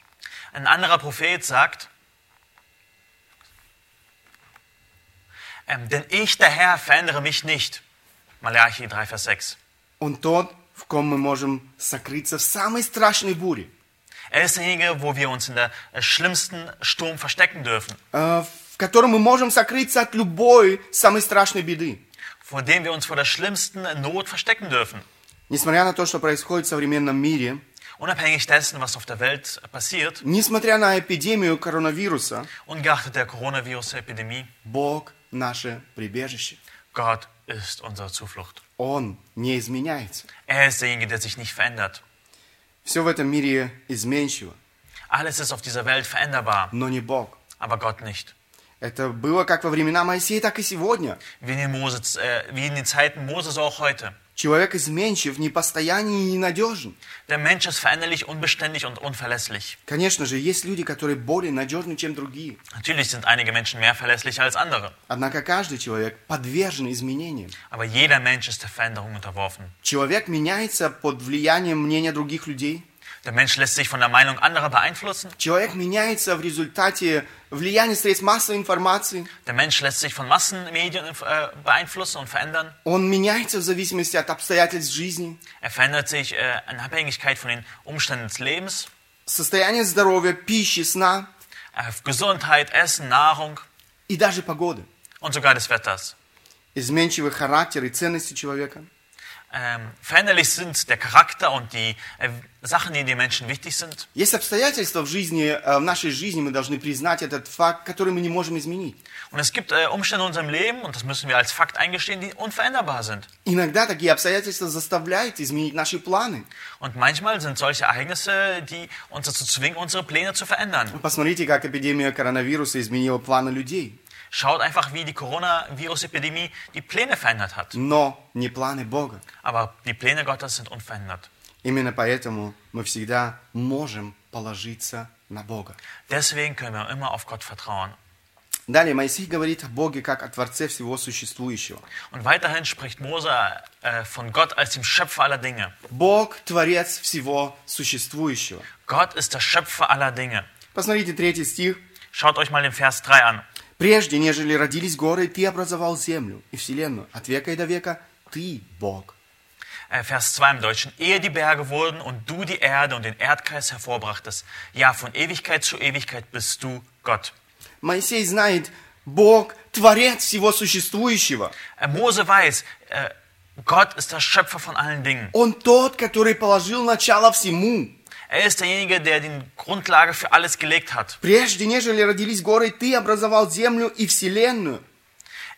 [SPEAKER 2] Ein anderer Prophet sagt, ähm, denn ich, der Herr, verändere mich nicht. Malachi 3, Vers 6.
[SPEAKER 1] Он тот, в ком мы можем сокрыться в самой страшной буре,
[SPEAKER 2] Er ist derjenige, wo wir uns in der äh, schlimmsten Sturm verstecken dürfen.
[SPEAKER 1] э, в котором мы можем сокрыться от любой самой страшной беды.
[SPEAKER 2] vor dem wir uns vor der schlimmsten Not verstecken dürfen.
[SPEAKER 1] Несмотря на то, что происходит в современном мире,
[SPEAKER 2] Unabhängig dessen, was auf der Welt passiert,
[SPEAKER 1] несмотря на эпидемию коронавируса,
[SPEAKER 2] ungeachtet der Coronavirus-Epidemie,
[SPEAKER 1] Бог – наше прибежище.
[SPEAKER 2] Gott ist unsere Zuflucht.
[SPEAKER 1] Он не изменяется.
[SPEAKER 2] Er ist derjenige, der sich nicht verändert.
[SPEAKER 1] Все в этом мире изменчиво,
[SPEAKER 2] Alles ist auf dieser Welt veränderbar,
[SPEAKER 1] но не Бог.
[SPEAKER 2] aber Gott nicht.
[SPEAKER 1] Это было как во времена Моисея, так и сегодня.
[SPEAKER 2] Wie in den, Moses, äh, wie in den Zeiten Moses auch heute.
[SPEAKER 1] Человек изменчив, непостоянен и ненадежен.
[SPEAKER 2] Der Mensch ist veränderlich, unbeständig und unverlässlich.
[SPEAKER 1] Конечно же, есть люди, которые более надежны, чем другие.
[SPEAKER 2] Natürlich sind einige Menschen mehr verlässlich als andere,
[SPEAKER 1] Однако каждый человек подвержен изменениям.
[SPEAKER 2] aber jeder Mensch ist der Veränderung unterworfen.
[SPEAKER 1] Человек меняется под влиянием мнения других людей.
[SPEAKER 2] Der Mensch lässt sich von der Meinung anderer beeinflussen.
[SPEAKER 1] Человек меняется в результате влияния средств массовой информации.
[SPEAKER 2] Der Mensch lässt sich von Massenmedien äh, beeinflussen und verändern.
[SPEAKER 1] Он меняется в зависимости от обстоятельств жизни,
[SPEAKER 2] Er verändert sich äh, in Abhängigkeit von den Umständen des Lebens,
[SPEAKER 1] состояния здоровья, пищи, сна
[SPEAKER 2] äh, Gesundheit, Essen, Nahrung
[SPEAKER 1] и даже погоды.
[SPEAKER 2] und sogar des Wetters.
[SPEAKER 1] Изменчивый характер и ценности человека.
[SPEAKER 2] ähm, veränderlich sind, der Charakter und die äh, Sachen, die den Menschen wichtig sind.
[SPEAKER 1] Есть обстоятельства в жизни, э, в нашей жизни, мы должны признать этот факт, который мы не можем изменить.
[SPEAKER 2] Und es gibt äh, Umstände in unserem Leben, und das müssen wir als Fakt eingestehen, die unveränderbar sind.
[SPEAKER 1] Иногда такие обстоятельства заставляют изменить наши планы.
[SPEAKER 2] Und manchmal sind solche Ereignisse, die uns dazu zwingen, unsere Pläne zu verändern.
[SPEAKER 1] Посмотрите, как эпидемия коронавиruса изменила планы людей,
[SPEAKER 2] Schaut einfach, wie die Coronavirus-Epidemie die Pläne verändert hat.
[SPEAKER 1] но не планы Бога.
[SPEAKER 2] Aber die Pläne Gottes sind unverändert.
[SPEAKER 1] Именно поэтому мы всегда можем положиться на Бога.
[SPEAKER 2] Deswegen können wir immer auf Gott vertrauen.
[SPEAKER 1] Далее Моисей говорит о Боге как о Творце всего существующего.
[SPEAKER 2] Und weiterhin spricht Mose äh, von Gott als dem Schöpfer aller Dinge.
[SPEAKER 1] Бог – Творец всего существующего.
[SPEAKER 2] Gott ist der Schöpfer aller Dinge.
[SPEAKER 1] Посмотрите третий стих.
[SPEAKER 2] Schaut euch mal den Vers 3 an.
[SPEAKER 1] «Прежде, нежели родились горы, ты образовал землю и вселенную. От века и до века ты – Бог».
[SPEAKER 2] Äh, Vers 2 im Deutschen. Ehe die Berge wurden und du die Erde und den Erdkreis hervorbrachtest. Ja, von Ewigkeit zu Ewigkeit bist du Gott.
[SPEAKER 1] Моисей знает, Бог – Творец всего существующего.
[SPEAKER 2] Äh, Mose weiß, äh, Gott ist der Schöpfer von allen Dingen.
[SPEAKER 1] Он тот, который положил начало всему.
[SPEAKER 2] Er ist derjenige, der die Grundlage für alles gelegt hat.
[SPEAKER 1] Прежде, нежели родились горы, ты образовал землю и вселенную.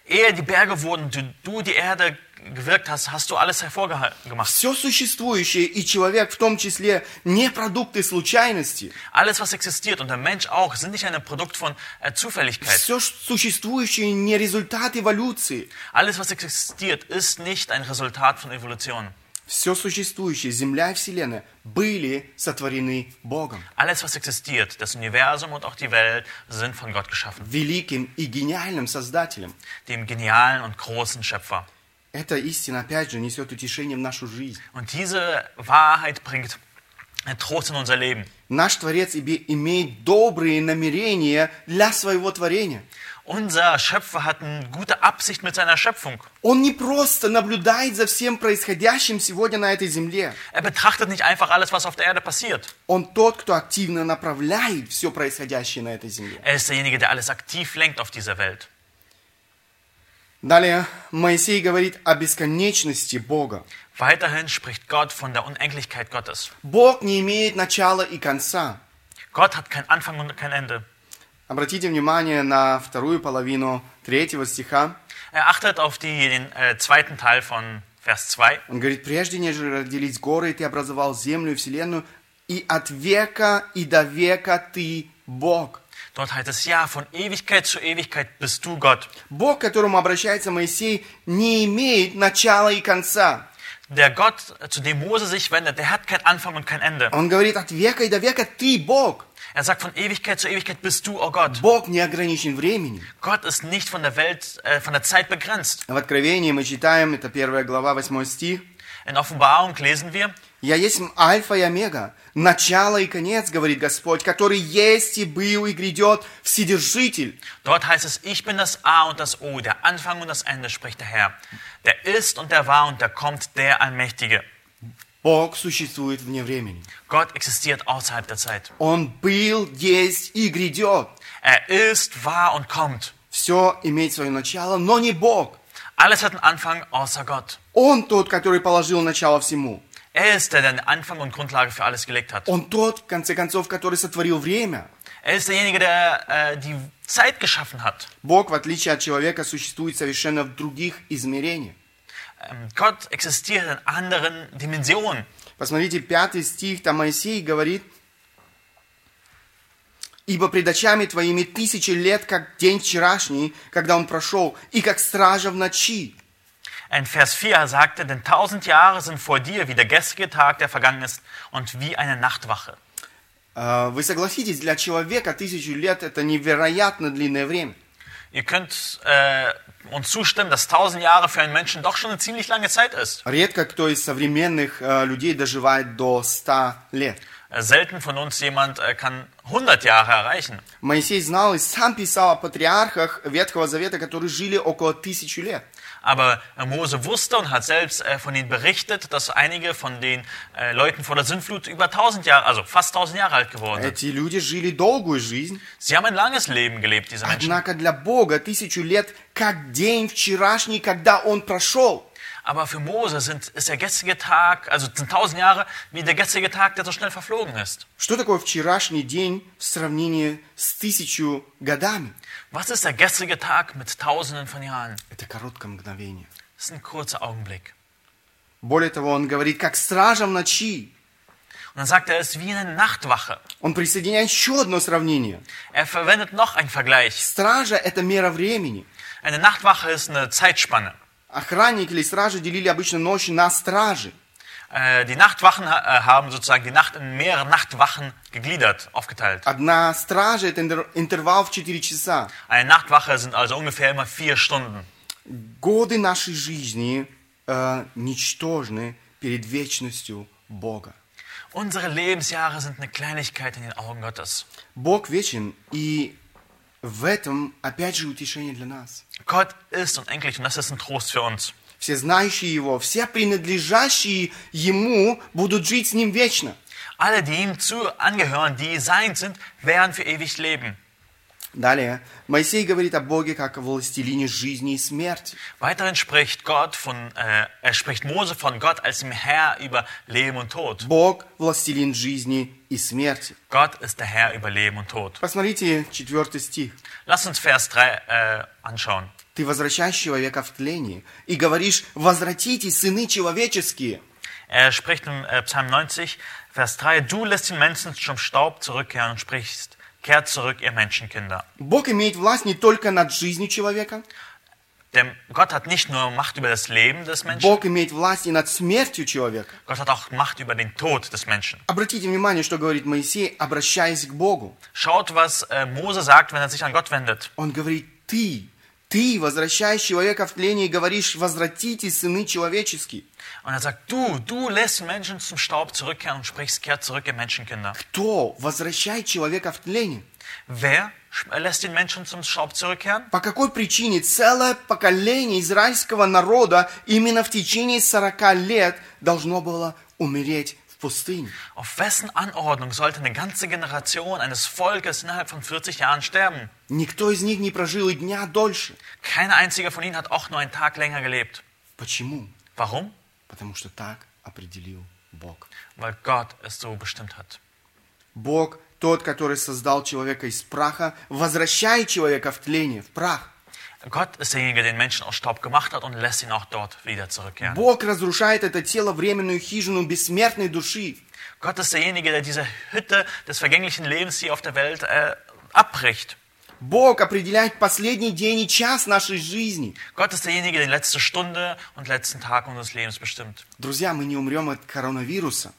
[SPEAKER 2] Ehe die Berge wurden und du- du die Erde gewirkt hast, hast du alles hervorgemacht.
[SPEAKER 1] Все существующее и человек в том числе не продукты случайности.
[SPEAKER 2] Alles, was existiert und der Mensch auch, sind nicht ein Produkt von äh, Zufälligkeit.
[SPEAKER 1] Все существующее не результат эволюции.
[SPEAKER 2] Alles, was existiert, ist nicht ein Resultat von Evolution.
[SPEAKER 1] Все существующее, Земля и Вселенная, были sotvoreны Богом,
[SPEAKER 2] Alles, was existiert, das Universum und auch die Welt, sind von Gott geschaffen,
[SPEAKER 1] великим и гениальным Создателем.
[SPEAKER 2] dem genialen und großen Schöpfer.
[SPEAKER 1] Эта истина, опять же, несет утешение в нашу жизнь.
[SPEAKER 2] Und diese Wahrheit bringt Trost in unser Leben.
[SPEAKER 1] Наш Творец иби- имеет добрые намерения для своего творения.
[SPEAKER 2] Unser Schöpfer hat eine gute Absicht mit seiner Schöpfung.
[SPEAKER 1] Он не просто наблюдает за всем происходящим сегодня на этой земле.
[SPEAKER 2] Er betrachtet nicht einfach alles, was auf der Erde passiert.
[SPEAKER 1] Он тот, кто активно направляет все происходящее на этой земле.
[SPEAKER 2] Er ist derjenige, der alles aktiv lenkt auf dieser Welt.
[SPEAKER 1] Далее Моисей говорит о бесконечности Бога.
[SPEAKER 2] Weiterhin spricht Gott von der Unendlichkeit Gottes.
[SPEAKER 1] Бог не имеет начала и конца.
[SPEAKER 2] Gott hat keinen Anfang und kein Ende.
[SPEAKER 1] Обратите внимание на вторую половину третьего стиха.
[SPEAKER 2] Er achtet auf die, den äh, zweiten Teil von Vers 2.
[SPEAKER 1] Он говорит, прежде нежели родились горы, ты образовал землю и вселенную, и от века и до века ты Бог.
[SPEAKER 2] Dort heißt es, ja, von Ewigkeit zu Ewigkeit bist du Gott.
[SPEAKER 1] Бог, к которому обращается Моисей, не имеет начала и конца.
[SPEAKER 2] Der Gott, äh, zu dem Mose sich wendet, der hat keinen Anfang und kein Ende.
[SPEAKER 1] Он говорит, от века и до века ты Бог.
[SPEAKER 2] Er sagt, von Ewigkeit zu Ewigkeit bist du, oh Gott.
[SPEAKER 1] Бог не ограничен временем.
[SPEAKER 2] Gott ist nicht von der Welt, äh, von der Zeit begrenzt.
[SPEAKER 1] В Откровении мы читаем, это первая глава, 8 стих.
[SPEAKER 2] In Offenbarung lesen wir,
[SPEAKER 1] «Я есть Альфа и Омега, начало и конец, говорит Господь, который есть и был и грядет, Вседержитель».
[SPEAKER 2] Dort heißt es, ich bin das A und das O, der Anfang und das Ende, spricht der Herr. Der ist und der war und der kommt, der Allmächtige.
[SPEAKER 1] Бог существует вне времени.
[SPEAKER 2] Gott existiert außerhalb der Zeit.
[SPEAKER 1] Он был, есть и грядет.
[SPEAKER 2] Er ist, war und kommt.
[SPEAKER 1] Все имеет свое начало, но не Бог.
[SPEAKER 2] Alles hat einen Anfang außer Gott.
[SPEAKER 1] Он тот, который положил начало всему.
[SPEAKER 2] Er ist der, der den Anfang und Grundlage für alles gelegt hat.
[SPEAKER 1] Он тот, в конце концов, который sotvorил время.
[SPEAKER 2] Er ist derjenige, der äh, die Zeit geschaffen hat.
[SPEAKER 1] Бог, в отличие от человека, существует совершенно в других измерениях.
[SPEAKER 2] Ähm, Gott existiert in anderen Dimensionen.
[SPEAKER 1] Посмотрите, пятый стих, там Моисей говорит, «Ибо пред очами твоими тысячи лет, как день вчерашний, когда он прошел, и как стража в ночи».
[SPEAKER 2] In Vers 4 sagte, denn tausend Jahre sind vor dir wie der gestrige Tag, der vergangen ist, und wie eine Nachtwache.
[SPEAKER 1] А, Вы согласитесь, для человека тысячу лет – это невероятно длинное время.
[SPEAKER 2] Ihr könnt äh, uns zustimmen, dass 1000 Jahre für einen Menschen doch schon eine ziemlich lange Zeit ist.
[SPEAKER 1] Редко кто из современных э, людей доживает до 100 лет.
[SPEAKER 2] Äh, selten von uns jemand äh, kann 100 Jahre erreichen.
[SPEAKER 1] Моисей знал и сам писал о патриархах Ветхого Завета, которые жили около тысячи лет.
[SPEAKER 2] Aber äh, Mose wusste und hat selbst äh, von ihnen berichtet, dass einige von den äh, Leuten vor der Sintflut über 1000 Jahre, also fast 1000 Jahre alt geworden sind.
[SPEAKER 1] Эти люди жили долгую жизнь.
[SPEAKER 2] Sie haben ein langes Leben gelebt, diese Menschen.
[SPEAKER 1] Однако для Бога тысячу лет как день вчерашний, когда он прошел.
[SPEAKER 2] Aber für Mose sind, ist der gestrige Tag, also sind tausend Jahre, wie der gestrige Tag, der so schnell verflogen ist.
[SPEAKER 1] Что такое вчерашний день в сравнении с тысячу годами?
[SPEAKER 2] Was ist der gestrige Tag mit tausenden von Jahren?
[SPEAKER 1] Это короткое мгновение.
[SPEAKER 2] Das ist ein kurzer Augenblick.
[SPEAKER 1] Более того, он говорит, как стража в ночи.
[SPEAKER 2] Und dann sagt er, es ist wie eine Nachtwache.
[SPEAKER 1] Он присоединяет еще одно сравнение.
[SPEAKER 2] Er verwendet noch einen Vergleich.
[SPEAKER 1] Стража – это мера времени.
[SPEAKER 2] Eine Nachtwache ist eine Zeitspanne.
[SPEAKER 1] Охранники или стражи делили обычно ночь на стражи.
[SPEAKER 2] Äh, Die Nachtwachen ha- äh, haben sozusagen die Nacht in mehrere Nachtwachen gegliedert, aufgeteilt.
[SPEAKER 1] Одна стража – это интер- интервал в 4 часа.
[SPEAKER 2] Eine Nachtwache sind also ungefähr immer vier Stunden.
[SPEAKER 1] Годы нашей жизни э, ничтожны перед вечностью Бога.
[SPEAKER 2] Unsere Lebensjahre sind eine Kleinigkeit in den Augen Gottes.
[SPEAKER 1] Бог вечен, и в этом, опять же, утешение для нас.
[SPEAKER 2] Gott ist unendlich und das ist ein Trost für uns.
[SPEAKER 1] Все знающие Его, все принадлежащие Ему будут жить с Ним вечно.
[SPEAKER 2] Alle, die ihm zu angehören, die sein sind, werden für ewig leben.
[SPEAKER 1] Далее, Моисей говорит о Боге как о властелине жизни и смерти.
[SPEAKER 2] Weiterhin spricht Gott von, äh, er spricht Mose von Gott als dem Herr über Leben und Tod.
[SPEAKER 1] Бог – властелин жизни и смерти.
[SPEAKER 2] Gott ist der Herr über Leben und Tod.
[SPEAKER 1] Посмотрите четвертый стих.
[SPEAKER 2] Lass uns Vers 3 äh, anschauen.
[SPEAKER 1] «Ты возвращаешь человека в тление и говоришь, возвратитесь, сыны человеческие».
[SPEAKER 2] Er spricht im äh, Psalm 90, Vers 3, du lässt den Menschen zum Staub zurückkehren und sprichst, kehrt zurück, ihr Menschenkinder.
[SPEAKER 1] Бог имеет власть не только над жизнью человека,
[SPEAKER 2] Denn Gott hat nicht nur Macht über das Leben des Menschen,
[SPEAKER 1] Бог имеет власть и над смертью человека.
[SPEAKER 2] Gott hat auch Macht über den Tod des Menschen.
[SPEAKER 1] Обратите внимание, что говорит Моисей, обращаясь к Богу.
[SPEAKER 2] Schaut, was äh, Mose sagt, wenn er sich an Gott wendet.
[SPEAKER 1] Он говорит, ты, ты возвращаешь человека в тление и говоришь, возвратитесь, сыны человеческие.
[SPEAKER 2] Und er sagt, du, du lässt den Menschen zum Staub zurückkehren und sprichst, kehrt zurück, ihr Menschenkinder.
[SPEAKER 1] Кто возвращает человека в тление?
[SPEAKER 2] Wer sch- lässt den Menschen zum Staub zurückkehren?
[SPEAKER 1] По какой причине целое поколение израильского народа именно в течение 40 лет должно было умереть в пустыне?
[SPEAKER 2] Auf wessen Anordnung sollte eine ganze Generation eines Volkes innerhalb von 40 Jahren sterben?
[SPEAKER 1] Никто из них не прожил и дня дольше.
[SPEAKER 2] Kein einziger von ihnen hat auch nur einen Tag länger gelebt.
[SPEAKER 1] Почему?
[SPEAKER 2] Warum?
[SPEAKER 1] Потому что так определил Бог.
[SPEAKER 2] Weil Gott es so bestimmt hat.
[SPEAKER 1] Бог, тот, который создал человека из праха, возвращает человека в тление, в прах.
[SPEAKER 2] Gott ist derjenige, der den Menschen aus Staub gemacht hat und lässt ihn auch dort wieder zurückkehren.
[SPEAKER 1] Бог разрушает это тело, временную хижину бессмертной души.
[SPEAKER 2] Gott ist derjenige, der diese Hütte des vergänglichen Lebens hier auf der Welt äh, abbricht.
[SPEAKER 1] Бог определяет последний день и час нашей жизни.
[SPEAKER 2] Gott ist derjenige, der die letzte Stunde und letzten Tag unseres Lebens bestimmt.
[SPEAKER 1] Друзья, мы не умрем от коронавируса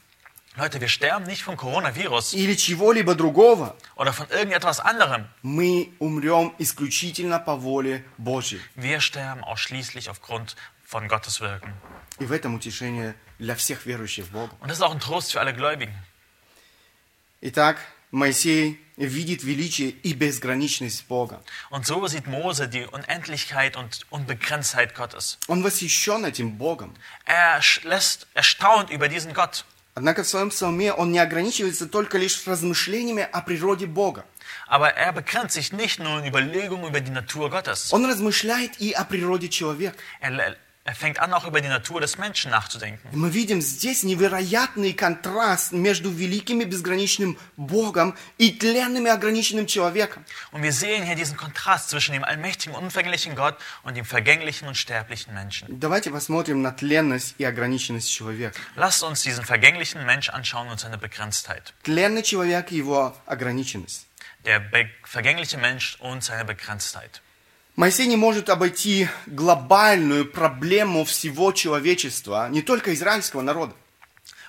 [SPEAKER 2] Leute, wir sterben nicht vom Coronavirus
[SPEAKER 1] или чего-либо другого.
[SPEAKER 2] oder von irgendetwas anderem.
[SPEAKER 1] Мы умрем исключительно по воле Божьей.
[SPEAKER 2] Wir sterben ausschließlich aufgrund von Gottes Wirken.
[SPEAKER 1] И в этом утешение для всех верующих в Бога.
[SPEAKER 2] Und das ist auch ein Trost für alle Gläubigen.
[SPEAKER 1] Итак, Моисей видит величие и безграничность Бога.
[SPEAKER 2] Und so sieht Mose die Unendlichkeit und Unbegrenztheit Gottes.
[SPEAKER 1] Он восхищен этим Богом.
[SPEAKER 2] Er sch- lässt erstaunt über diesen Gott.
[SPEAKER 1] Однако в своем псалме он не ограничивается только лишь размышлениями о природе Бога.
[SPEAKER 2] Aber er begrenzt sich nicht nur in Überlegungen über die Natur Gottes.
[SPEAKER 1] Он размышляет и о природе человека.
[SPEAKER 2] Er, er fängt an, auch über die Natur des Menschen nachzudenken.
[SPEAKER 1] И мы видим здесь невероятный контраст между великим и безграничным Богом и тленным и ограниченным человеком.
[SPEAKER 2] Und wir sehen hier diesen Kontrast zwischen dem allmächtigen, unvergänglichen Gott und dem vergänglichen und sterblichen Menschen.
[SPEAKER 1] Давайте посмотрим на тленность и ограниченность человека.
[SPEAKER 2] Lasst uns diesen vergänglichen Mensch anschauen und seine Begrenztheit.
[SPEAKER 1] Тленный человек и его ограниченность.
[SPEAKER 2] Der be vergängliche Mensch und seine Begrenztheit.
[SPEAKER 1] Моисей не может обойти глобальную проблему всего человечества, не только израильского народа.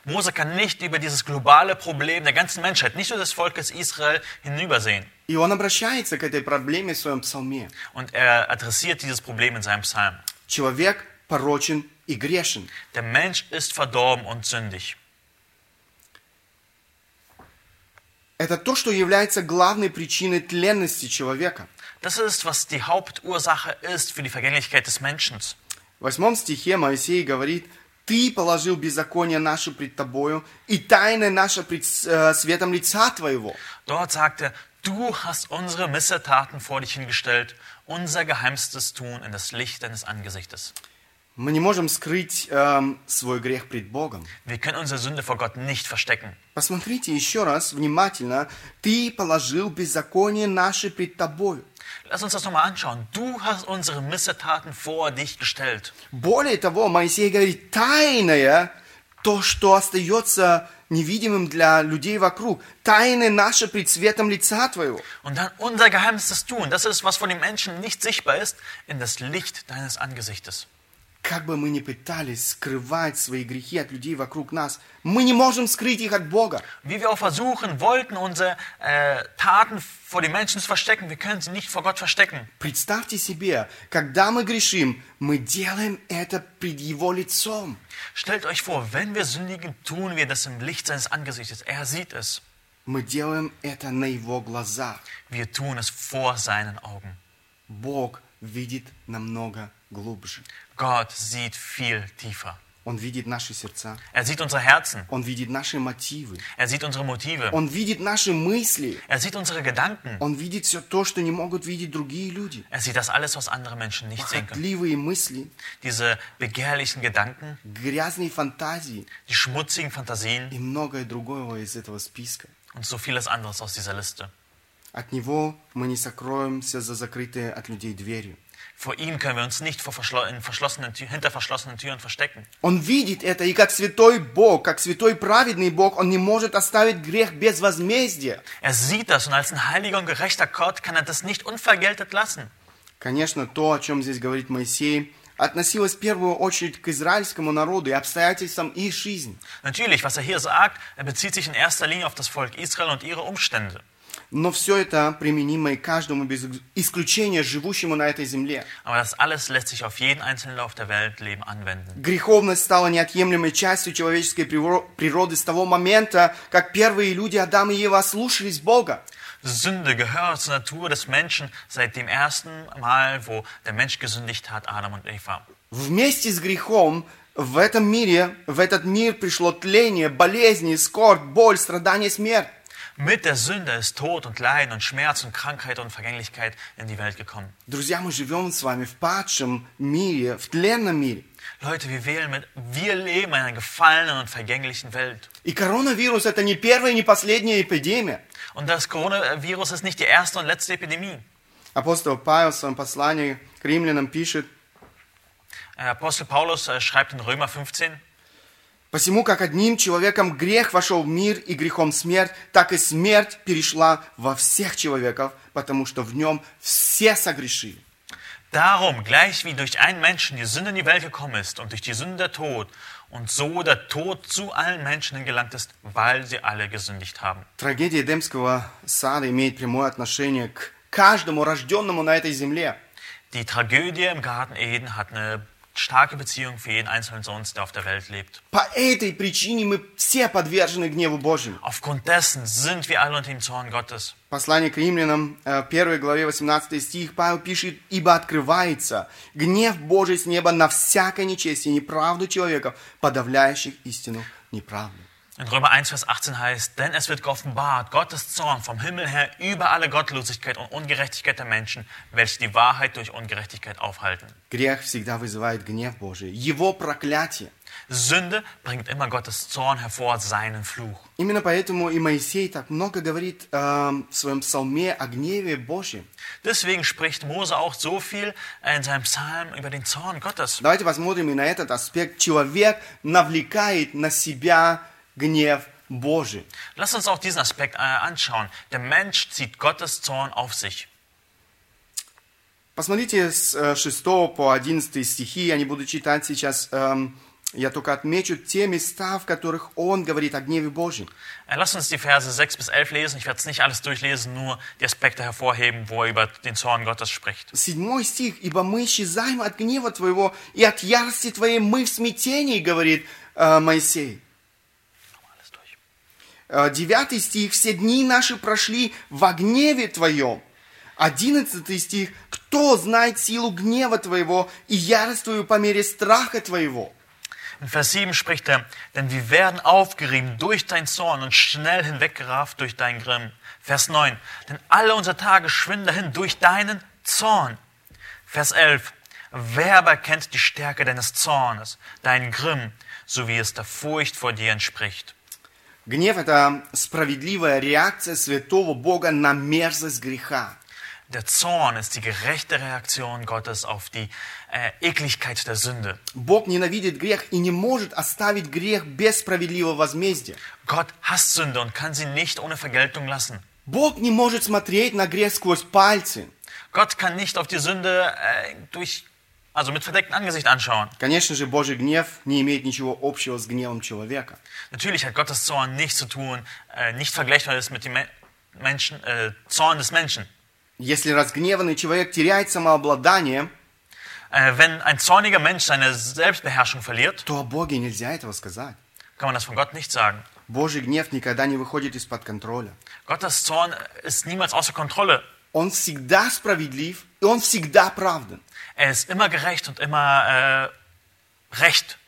[SPEAKER 2] Mose kann nicht über dieses globale Problem der ganzen Menschheit, nicht nur des Volkes Israel, hinübersehen.
[SPEAKER 1] И он обращается к этой проблеме в своем псалме.
[SPEAKER 2] Und er adressiert dieses Problem in seinem Psalm.
[SPEAKER 1] Человек порочен и грешен.
[SPEAKER 2] Der Mensch ist verdorben und sündig.
[SPEAKER 1] Это то, что является главной причиной тленности человека.
[SPEAKER 2] Das ist, was die Hauptursache ist für die Vergänglichkeit des Menschen.
[SPEAKER 1] В восьмом стихе Моисей говорит, «Ты положил беззаконие наше пред тобою, и тайна наша пред э, светом лица твоего».
[SPEAKER 2] Dort sagt er, du hast unsere Missetaten vor dich hingestellt, unser geheimstes Tun in das Licht deines Angesichtes.
[SPEAKER 1] Мы не можем скрыть эм, свой грех пред Богом.
[SPEAKER 2] Wir können unsere Sünde vor Gott nicht verstecken.
[SPEAKER 1] Посмотрите еще раз внимательно. Ты положил беззаконие наше пред тобою.
[SPEAKER 2] Lass uns das nochmal anschauen. Du hast unsere Missetaten vor dich gestellt.
[SPEAKER 1] Более того, Моисей говорит, тайное, то, что остается невидимым для людей вокруг, тайное наше пред светом лица Твоего.
[SPEAKER 2] Und dann unser Geheimnis das tun. Das ist, was von den Menschen nicht sichtbar ist, in das Licht deines Angesichtes.
[SPEAKER 1] Как бы мы ни пытались скрывать свои грехи от людей вокруг нас, мы не можем скрыть их от Бога.
[SPEAKER 2] Wie wir auch versuchen wollten, unsere äh, Taten vor den Menschen zu verstecken, wir können sie nicht vor Gott verstecken.
[SPEAKER 1] Представьте себе, когда мы грешим, мы делаем это пред Его лицом.
[SPEAKER 2] Stellt euch vor, wenn wir sündigen, tun wir das im Licht seines Angesichtes. Er sieht es.
[SPEAKER 1] Мы делаем это на Его глазах.
[SPEAKER 2] Wir tun es vor seinen Augen.
[SPEAKER 1] Бог видит намного глубже.
[SPEAKER 2] Gott sieht viel tiefer.
[SPEAKER 1] Он видит наши сердца.
[SPEAKER 2] Er sieht unsere Herzen.
[SPEAKER 1] Он видит наши мотивы.
[SPEAKER 2] Er sieht unsere Motive.
[SPEAKER 1] Он видит наши мысли.
[SPEAKER 2] Er sieht unsere Gedanken.
[SPEAKER 1] Он видит все то, что не могут видеть другие люди.
[SPEAKER 2] Er sieht das alles, was andere Menschen nicht sehen können.
[SPEAKER 1] Похотливые мысли,
[SPEAKER 2] Diese begehrlichen Gedanken,
[SPEAKER 1] грязные фантазии
[SPEAKER 2] die schmutzigen Fantasien
[SPEAKER 1] и многое другое из этого списка.
[SPEAKER 2] und so vieles anderes aus dieser Liste.
[SPEAKER 1] От него мы не сокроемся за закрытые от людей дверью.
[SPEAKER 2] Vor ihm können wir uns nicht vor verschlo in verschlossenen Tü hinter verschlossenen Türen verstecken.
[SPEAKER 1] Он видит это, и как святой Бог, как святой праведный Бог, он не может оставить грех без возмездия.
[SPEAKER 2] Er sieht das und als ein heiliger und gerechter Gott kann er das nicht unvergeltet lassen.
[SPEAKER 1] Конечно, то, о чем здесь говорит Моисей, относилось в первую очередь к израильскому народу и обстоятельствам их жизни.
[SPEAKER 2] Natürlich, was er hier sagt, er bezieht sich in erster Linie auf das Volk Israel und ihre Umstände.
[SPEAKER 1] Но все это применимо и каждому без исключения живущему на этой земле.
[SPEAKER 2] Aber das alles lässt sich auf jeden einzelnen auf der Welt leben anwenden.
[SPEAKER 1] Греховность стала неотъемлемой частью человеческой приво- природы с того момента, как первые люди Адам и Ева ослушались Бога.
[SPEAKER 2] Sünde gehört zur Natur des Menschen seit dem ersten Mal, wo der Mensch gesündigt hat, Adam und Eva.
[SPEAKER 1] Вместе с грехом в этом мире, в этот мир пришло тление, болезни, скорбь, боль, страдания, смерть.
[SPEAKER 2] Mit der Sünde ist Tod und Leiden und Schmerz und Krankheit und Vergänglichkeit in die Welt gekommen.
[SPEAKER 1] Друзья, мы живем с вами в падшем мире, в тленном мире.
[SPEAKER 2] Leute, wir wählen mit, wir leben in einer gefallenen und vergänglichen Welt.
[SPEAKER 1] И коронавирус это не первая и не последняя эпидемия.
[SPEAKER 2] Und das Coronavirus ist nicht die erste und letzte Epidemie.
[SPEAKER 1] Апостол Павел в своем послании к римлянам пишет,
[SPEAKER 2] Äh, Apostel Paulus äh, schreibt in Römer 15,
[SPEAKER 1] Посему, как одним человеком грех вошел в мир и грехом смерть, так и смерть перешла во всех человеков, потому что в нем все согрешили.
[SPEAKER 2] Darum, gleich wie durch einen Menschen die Sünde in die Welt gekommen ist und durch die Sünde der Tod und so der Tod zu allen Menschen gelangt ist, weil sie alle gesündigt haben.
[SPEAKER 1] Трагедия Эдемского сада имеет прямое отношение к каждому рожденному на этой земле.
[SPEAKER 2] Die Tragödie im Garten Eden hat eine starke Beziehung für jeden einzelnen Sohn, der auf der Welt lebt.
[SPEAKER 1] По этой причине мы все подвержены гневу Божьему.
[SPEAKER 2] Aufgrund dessen sind wir alle unter dem Zorn Gottes.
[SPEAKER 1] Послание к римлянам, э, в 1 главе 18 стих, Павел пишет, «Ибо открывается гнев Божий с неба на всякое нечестие и неправду человеков, подавляющих истину неправду».
[SPEAKER 2] In Römer 1, Vers 18 heißt, denn es wird geoffenbart, Gottes Zorn vom Himmel her über alle Gottlosigkeit und Ungerechtigkeit der Menschen, welche die Wahrheit durch Ungerechtigkeit aufhalten.
[SPEAKER 1] Грех всегда вызывает гнев Божий, его проклятие.
[SPEAKER 2] Sünde bringt immer Gottes Zorn hervor, seinen Fluch.
[SPEAKER 1] Именно поэтому и Моисей так много говорит эм, в своем псалме о гневе Божьем.
[SPEAKER 2] Deswegen spricht Mose auch so viel in seinem Psalm über den Zorn Gottes.
[SPEAKER 1] Давайте посмотрим и на этот аспект. Человек навлекает на себя гнев Божий.
[SPEAKER 2] Lass uns auch diesen Aspekt äh, anschauen. Der Mensch zieht Gottes Zorn auf sich.
[SPEAKER 1] Посмотрите с э, 6 по 11 стихи, я не буду читать сейчас, эм, я только отмечу те места, в которых он говорит о гневе Божьем.
[SPEAKER 2] Äh, Lass uns die Verse 6 bis 11 lesen. Ich werde es nicht alles durchlesen, nur die Aspekte hervorheben, wo er über den Zorn Gottes spricht.
[SPEAKER 1] Седьмой стих, «Ибо мы исчезаем от гнева твоего, и от ярости твоей мы в смятении», говорит э, Моисей.
[SPEAKER 2] Alles durch.
[SPEAKER 1] Э, Девятый стих, «Все дни наши прошли во гневе твоем». Одиннадцатый стих, «Кто знает силу гнева твоего и ярость твою по мере страха твоего?»
[SPEAKER 2] In Vers 7 spricht er, denn wir werden aufgerieben durch deinen Zorn und schnell hinweggerafft durch deinen Grimm. Vers 9, denn alle unsere Tage schwinden dahin durch deinen Zorn. Vers 11, Wer aber kennt die Stärke deines Zornes, dein Grimm, so wie es der Furcht vor dir entspricht?
[SPEAKER 1] Гнев – это справедливая реакция святого Бога на мерзость греха.
[SPEAKER 2] Der Zorn ist die gerechte Reaktion Gottes auf die äh, Ekligkeit der Sünde.
[SPEAKER 1] Бог ненавидит грех и не может оставить грех без справедливого возмездия.
[SPEAKER 2] Gott hasst Sünde und kann sie nicht ohne Vergeltung lassen.
[SPEAKER 1] Бог не может смотреть на грех сквозь пальцы.
[SPEAKER 2] Gott kann nicht auf die Sünde äh, durch, also mit verdecktem Angesicht anschauen.
[SPEAKER 1] Конечно же, Божий гнев не имеет ничего общего с гневом человека.
[SPEAKER 2] Natürlich hat Gottes Zorn nichts zu tun, äh, nicht vergleichbar ist mit dem Me Menschen, äh, Zorn des Menschen.
[SPEAKER 1] Если разгневанный человек теряет самообладание,
[SPEAKER 2] Äh, wenn ein zorniger Mensch seine Selbstbeherrschung verliert,
[SPEAKER 1] то о Боге нельзя этого сказать.
[SPEAKER 2] kann man das von Gott nicht sagen.
[SPEAKER 1] Божий гнев никогда не выходит из-под контроля.
[SPEAKER 2] Gottes Zorn ist niemals außer Kontrolle.
[SPEAKER 1] Он всегда справедлив, и он всегда правдан.
[SPEAKER 2] Er ist immer gerecht und immer äh, recht.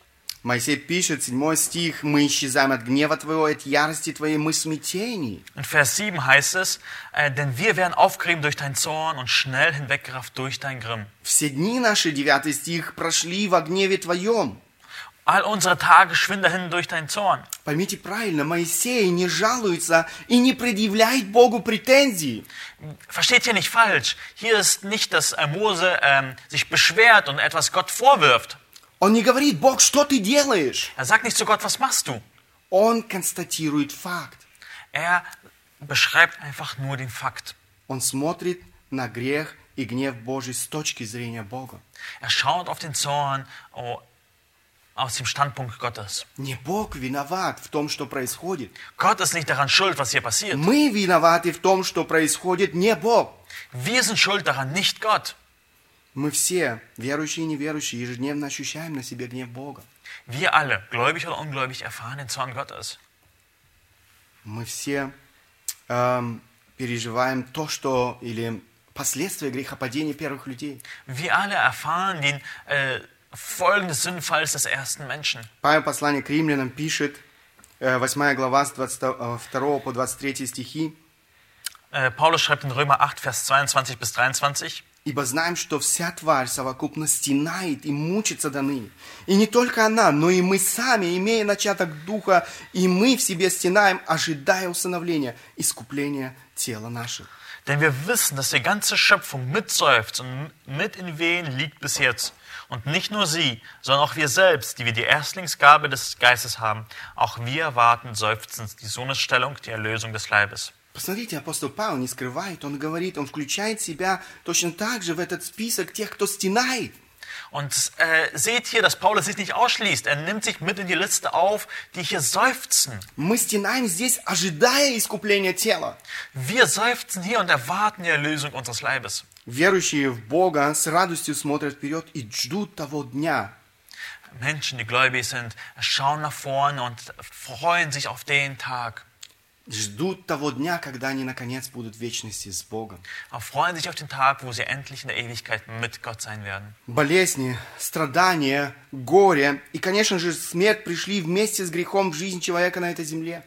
[SPEAKER 1] Моисей пишет, 7 стих, «Мы исчезаем от гнева Твоего, от ярости Твоей, мы смятении».
[SPEAKER 2] In Vers 7 heißt es, äh, denn wir werden aufgerieben durch deinen Zorn und schnell hinweggerafft durch dein Grimm.
[SPEAKER 1] Все дни наши, 9 стих, прошли во гневе Твоем.
[SPEAKER 2] All unsere Tage schwinden dahin durch deinen Zorn.
[SPEAKER 1] Поймите правильно, Моисей не жалуется и не предъявляет Богу претензии.
[SPEAKER 2] Versteht hier nicht falsch. Hier ist nicht, dass äh, Mose ähm, sich beschwert und etwas Gott vorwirft.
[SPEAKER 1] Он не говорит, Бог, что ты делаешь?
[SPEAKER 2] Er sagt nicht zu Gott, was machst du?
[SPEAKER 1] Он констатирует факт.
[SPEAKER 2] Er beschreibt einfach nur den Fakt.
[SPEAKER 1] Он смотрит на грех и гнев Божий с точки зрения Бога.
[SPEAKER 2] Er schaut auf den Zorn oh, aus dem Standpunkt Gottes.
[SPEAKER 1] Не Бог виноват в том, что происходит.
[SPEAKER 2] Gott ist nicht daran schuld, was hier passiert.
[SPEAKER 1] Мы виноваты в том, что происходит не Бог.
[SPEAKER 2] Wir sind schuld daran, nicht Gott.
[SPEAKER 1] Мы все, верующие и неверующие, ежедневно ощущаем на себе гнев Бога.
[SPEAKER 2] Wir alle, gläubig oder ungläubig, erfahren den Zorn Gottes.
[SPEAKER 1] Мы все эм, переживаем то, что или последствия грехопадения первых людей.
[SPEAKER 2] Wir alle erfahren den äh, Folgen des Sündenfalls des ersten Menschen.
[SPEAKER 1] Павел послание к римлянам пишет, э, 8 глава с 22 по 23 стихи.
[SPEAKER 2] Äh, Paulus schreibt in Römer 8, Vers 22 bis 23.
[SPEAKER 1] Ибо знаем, что вся тварь совокупно стенает и мучится до ныне. И не только она, но и мы сами, имея начаток духа, и мы в себе стенаем, ожидая усыновления, искупления тела наших.
[SPEAKER 2] Denn wir wissen, dass die ganze Schöpfung mitseufzt und mit in Wehen liegt bis jetzt. Und nicht nur sie, sondern auch wir selbst, die wir die Erstlingsgabe des Geistes haben, auch wir erwarten seufzend die Sohnesstellung, die Erlösung des Leibes.
[SPEAKER 1] Посмотрите, апостол Павел не скрывает, он говорит, он включает себя точно так же в этот spисок тех, кто стенает.
[SPEAKER 2] Und äh, seht hier, dass Paulus sich nicht ausschließt. Er nimmt sich mit in die Liste auf, die hier seufzen.
[SPEAKER 1] Мы стенаем здесь, ожидая искупления тела.
[SPEAKER 2] Wir seufzen hier und erwarten die Erlösung unseres Leibes.
[SPEAKER 1] Верующие в Бога с радостью смотрят вперед и ждут того дня,
[SPEAKER 2] Menschen, die gläubig sind, schauen nach vorne und freuen sich auf den Tag.
[SPEAKER 1] ждут того дня, когда они наконец будут в вечности с Богом.
[SPEAKER 2] Aber freuen sich auf den Tag, wo sie endlich in der Ewigkeit mit Gott sein werden.
[SPEAKER 1] Болезни, страдания, горе и, конечно же, смерть пришли вместе с грехом в жизнь человека на этой земле.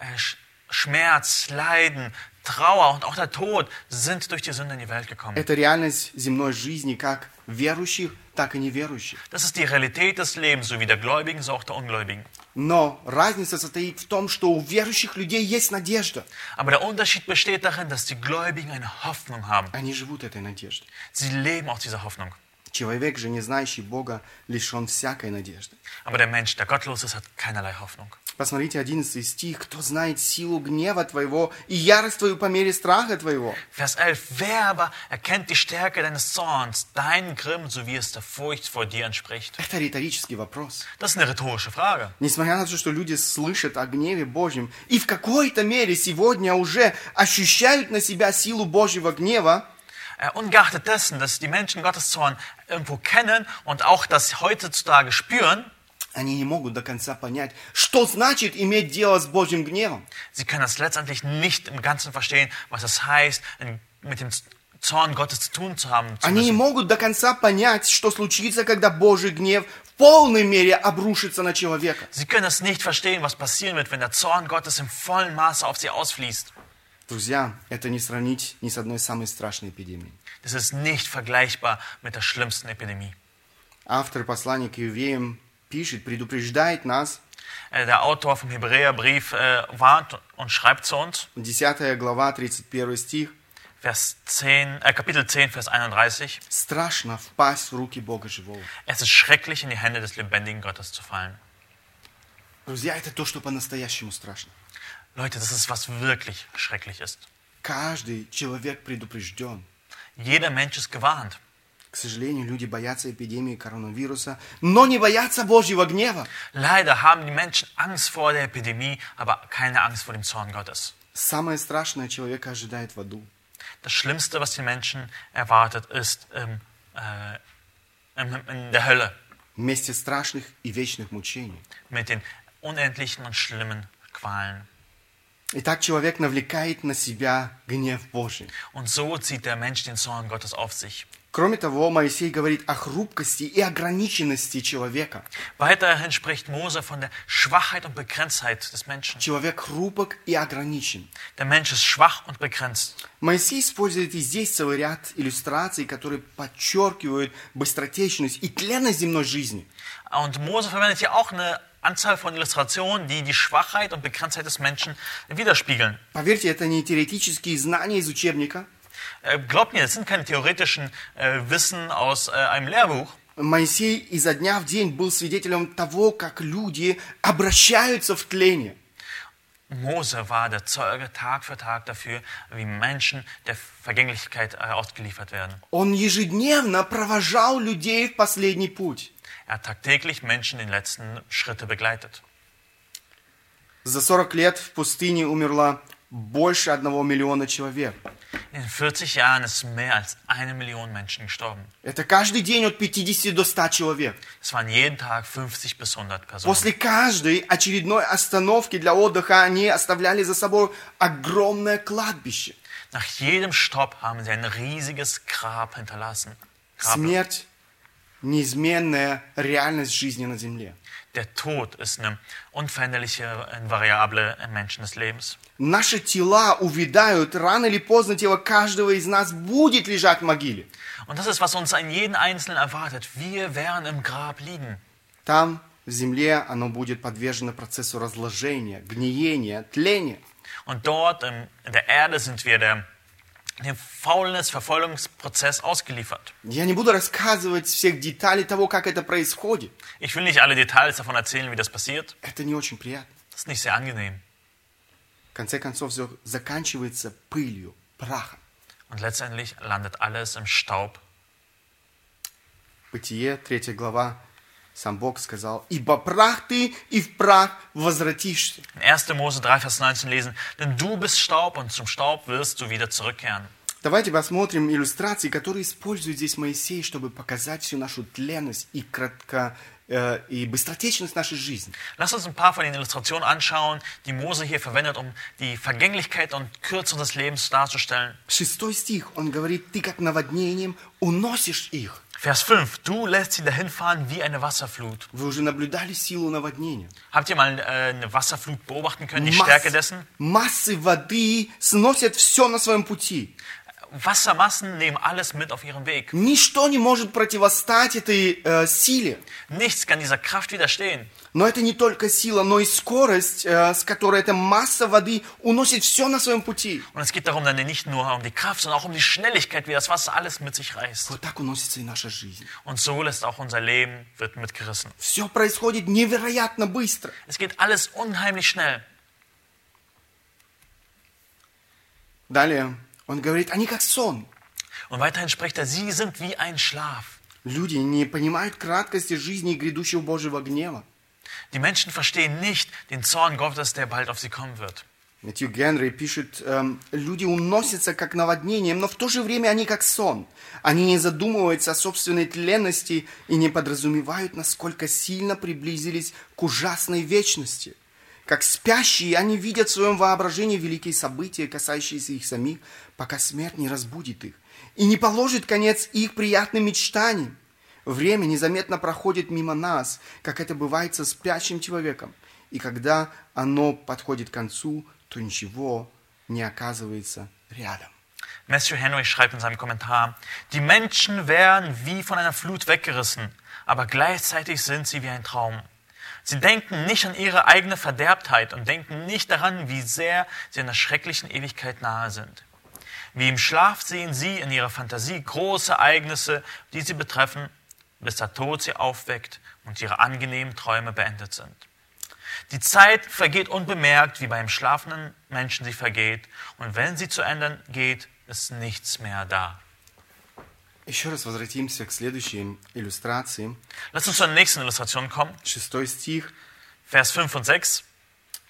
[SPEAKER 2] Äh, Sch- Schmerz, Leiden, Trauer und auch der Tod sind durch die Sünde in die Welt gekommen.
[SPEAKER 1] Это реальность земной жизни как верующих, так и неверующих.
[SPEAKER 2] Das ist die Realität des Lebens, sowie der Gläubigen, so auch der Ungläubigen.
[SPEAKER 1] Но разница состоит в том, что у верующих людей есть надежда.
[SPEAKER 2] Aber der Unterschied besteht darin, dass die Gläubigen eine Hoffnung haben.
[SPEAKER 1] Они живут этой надеждой.
[SPEAKER 2] Sie leben aus dieser Hoffnung.
[SPEAKER 1] Человек же, не знающий Бога, лишен всякой надежды.
[SPEAKER 2] Aber der Mensch, der gottlos ist, hat keinerlei Hoffnung.
[SPEAKER 1] Посмотрите 11 стих. «Кто знает силу гнева твоего и ярость твою по мере страха твоего?»
[SPEAKER 2] Vers 11. Wer aber erkennt die Stärke deines Zorns, deinen Grimm, so wie es der Furcht vor dir entspricht?
[SPEAKER 1] Это риторический вопрос.
[SPEAKER 2] Das ist eine rhetorische Frage.
[SPEAKER 1] Несмотря на то, что люди слышат о гневе Божьем и в какой-то мере сегодня уже ощущают на себя силу Божьего гнева,
[SPEAKER 2] Äh, ungeachtet dessen, dass die Menschen Gottes Zorn irgendwo kennen und auch das heutzutage spüren,
[SPEAKER 1] они не могут до конца понять, что значит иметь дело с Божьим гневом.
[SPEAKER 2] sie können das letztendlich nicht im Ganzen verstehen, was es heißt, in- mit dem Zorn Gottes zu tun zu haben. Zu
[SPEAKER 1] Они не
[SPEAKER 2] müssen.
[SPEAKER 1] могут до конца понять, что случится, когда Божий гнев в полной мере обрушится на человека.
[SPEAKER 2] Sie können das nicht verstehen, was passieren wird, wenn der Zorn Gottes im vollen Maße auf sie ausfließt.
[SPEAKER 1] Друзья, это не сравнить ни с одной самой страшной эпидемией.
[SPEAKER 2] Das ist nicht vergleichbar mit der schlimmsten Epidemie.
[SPEAKER 1] Автор послания к евреям пишет, предупреждает нас,
[SPEAKER 2] Äh, Der Autor vom Hebräerbrief äh, warnt und schreibt zu uns,
[SPEAKER 1] 10 глава, 31 стих,
[SPEAKER 2] Vers 10, äh, Kapitel 10, Vers 31,
[SPEAKER 1] страшно впасть в руки Бога Живого.
[SPEAKER 2] es ist schrecklich, in die Hände des lebendigen Gottes zu fallen.
[SPEAKER 1] Друзья, это то, что по-настоящему страшно.
[SPEAKER 2] Leute, das ist, was wirklich schrecklich ist.
[SPEAKER 1] Каждый человек предупрежден.
[SPEAKER 2] Jeder Mensch ist gewarnt.
[SPEAKER 1] К сожалению, люди боятся эпидемии коронавируса, но не боятся Божьего гнева.
[SPEAKER 2] Leider haben die Menschen Angst vor der Epidemie, aber keine Angst vor dem Zorn Gottes.
[SPEAKER 1] Самое страшное человека ожидает в аду.
[SPEAKER 2] Das Schlimmste, was die Menschen erwartet, ist im, äh, im, in der Hölle
[SPEAKER 1] Вместе страшных и вечных мучений.
[SPEAKER 2] mit den unendlichen und schlimmen Qualen.
[SPEAKER 1] Итак, человек навлекает на себя гнев Божий.
[SPEAKER 2] Und so zieht der Mensch den Zorn Gottes auf sich.
[SPEAKER 1] Кроме того, Моисей говорит о хрупкости и ограниченности человека.
[SPEAKER 2] Weiterhin spricht Mose von der Schwachheit und Begrenztheit des Menschen.
[SPEAKER 1] Человек хрупок и ограничен.
[SPEAKER 2] Der Mensch ist schwach und begrenzt.
[SPEAKER 1] Моисей использует и здесь целый ряд иллюстраций, которые подчеркивают быстротечность и тленно земной жизни.
[SPEAKER 2] Und Mose verwendet hier auch eine Anzahl von Illustrationen, die die Schwachheit und Begrenztheit des Menschen widerspiegeln.
[SPEAKER 1] Поверьте, это не теоретические знания из учебника.
[SPEAKER 2] Äh, Glaubt mir, das sind keine theoretischen äh, Wissen aus äh, einem Lehrbuch.
[SPEAKER 1] Моисей изо дня в день был свидетелем того, как люди обращаются в тление.
[SPEAKER 2] Mose war der Zeuge Tag für Tag dafür, wie Menschen der Vergänglichkeit äh, ausgeliefert werden.
[SPEAKER 1] Он ежедневно провожал людей в последний путь.
[SPEAKER 2] Er hat tagtäglich Menschen den letzten Schritte begleitet.
[SPEAKER 1] За 40 лет в пустыне умерло больше одного миллиона человек.
[SPEAKER 2] In den 40 Jahren ist mehr als eine Million Menschen gestorben.
[SPEAKER 1] Это каждый день от 50 до 100 человек.
[SPEAKER 2] Es waren jeden Tag 50 bis 100 Personen.
[SPEAKER 1] После каждой очередной остановки для отдыха они оставляли за собой огромное кладбище.
[SPEAKER 2] Nach jedem Stopp haben sie ein riesiges Grab hinterlassen. Grab.
[SPEAKER 1] Смерть – неизменная реальность жизни на земле.
[SPEAKER 2] Der Tod ist eine unveränderliche äh, Variable im Menschen des Lebens.
[SPEAKER 1] Наши тела увядают, рано или поздно тело каждого из нас будет лежать в могиле.
[SPEAKER 2] Und das ist, was uns an jeden Einzelnen erwartet. Wir werden im Grab liegen.
[SPEAKER 1] Там, в земле, оно будет подвержено процессу разложения, гниения, тления.
[SPEAKER 2] Und dort ähm, in der Erde sind wir der, dem Faulness-Verfolgungsprozess ausgeliefert.
[SPEAKER 1] Я не буду рассказывать всех деталей того, как это происходит.
[SPEAKER 2] Ich will nicht alle Details davon erzählen, wie das passiert.
[SPEAKER 1] Это не очень приятно.
[SPEAKER 2] Das ist nicht sehr angenehm.
[SPEAKER 1] В конце концов, все заканчивается пылью, прахом.
[SPEAKER 2] Und letztendlich landet alles im Staub.
[SPEAKER 1] Бытие, 3 глава, сам Бог сказал, «Ибо прах ты, и в прах возвратишься».
[SPEAKER 2] In 1. Mose 3, Vers 19 lesen, denn du bist Staub und zum Staub wirst du wieder zurückkehren.
[SPEAKER 1] Давайте посмотрим иллюстрации, которые использует здесь Моисей, чтобы показать всю нашу тленность и, кратко, э, и быстротечность нашей жизни.
[SPEAKER 2] Lass uns ein paar von den Illustrationen anschauen, die Mose hier verwendet, um die Vergänglichkeit und Kürze des Lebens darzustellen.
[SPEAKER 1] Шестой стих, он говорит, «Ты как наводнением уносишь их».
[SPEAKER 2] Vers 5, du lässt sie dahinfahren wie eine Wasserflut.
[SPEAKER 1] Вы уже наблюдали силу наводнения.
[SPEAKER 2] Habt ihr mal äh, eine Wasserflut beobachten können, die
[SPEAKER 1] Масс-
[SPEAKER 2] Stärke dessen?
[SPEAKER 1] массы воды сносят все на своем пути.
[SPEAKER 2] Wassermassen nehmen alles mit auf ihren Weg.
[SPEAKER 1] Ничто не может противостать этой э, силе.
[SPEAKER 2] Nichts kann dieser Kraft widerstehen.
[SPEAKER 1] Но это не только сила, но и скорость, э, с которой эта масса воды уносит все на своем пути.
[SPEAKER 2] Und es geht darum dann nicht nur um die Kraft, sondern auch um die Schnelligkeit, wie das Wasser alles mit sich reißt.
[SPEAKER 1] Вот так уносится и наша жизнь.
[SPEAKER 2] Und so lässt auch unser Leben, wird mitgerissen.
[SPEAKER 1] Все происходит невероятно быстро.
[SPEAKER 2] Es geht alles unheimlich schnell.
[SPEAKER 1] Далее он говорит, они как сон.
[SPEAKER 2] Und weiterhin spricht er, sie sind wie ein Schlaf.
[SPEAKER 1] Люди не понимают краткости жизни и грядущего Божьего гнева.
[SPEAKER 2] Die Menschen verstehen nicht den Zorn Gottes, der bald auf sie kommen wird.
[SPEAKER 1] Мэтью Генри пишет, эм, люди уносятся как наводнением, но в то же время они как сон. Они не задумываются о собственной тленности и не подразумевают, насколько сильно приблизились к ужасной вечности. Как спящие, они видят в своем воображении великие события, касающиеся их самих, пока смерть не разбудит их и не положит конец их приятным мечтаниям. Время незаметно проходит мимо нас, как это бывает со спящим человеком. И когда оно подходит к концу, то ничего не оказывается рядом.
[SPEAKER 2] Matthew Henry schreibt in seinem Kommentar, die Menschen werden wie von einer Flut weggerissen, aber gleichzeitig sind sie wie ein Traum. Sie denken nicht an ihre eigene Verderbtheit und denken nicht daran, wie sehr sie einer schrecklichen Ewigkeit nahe sind. Wie im Schlaf sehen sie in ihrer Fantasie große Ereignisse, die sie betreffen, bis der Tod sie aufweckt und ihre angenehmen Träume beendet sind. Die Zeit vergeht unbemerkt, wie beim schlafenden Menschen sie vergeht, und wenn sie zu Ende geht, ist nichts mehr da.
[SPEAKER 1] Еще раз возвратимся к следующей иллюстрации.
[SPEAKER 2] Lass uns zur nächsten Illustration kommen,
[SPEAKER 1] Шестой стих.
[SPEAKER 2] Vers 5 und 6.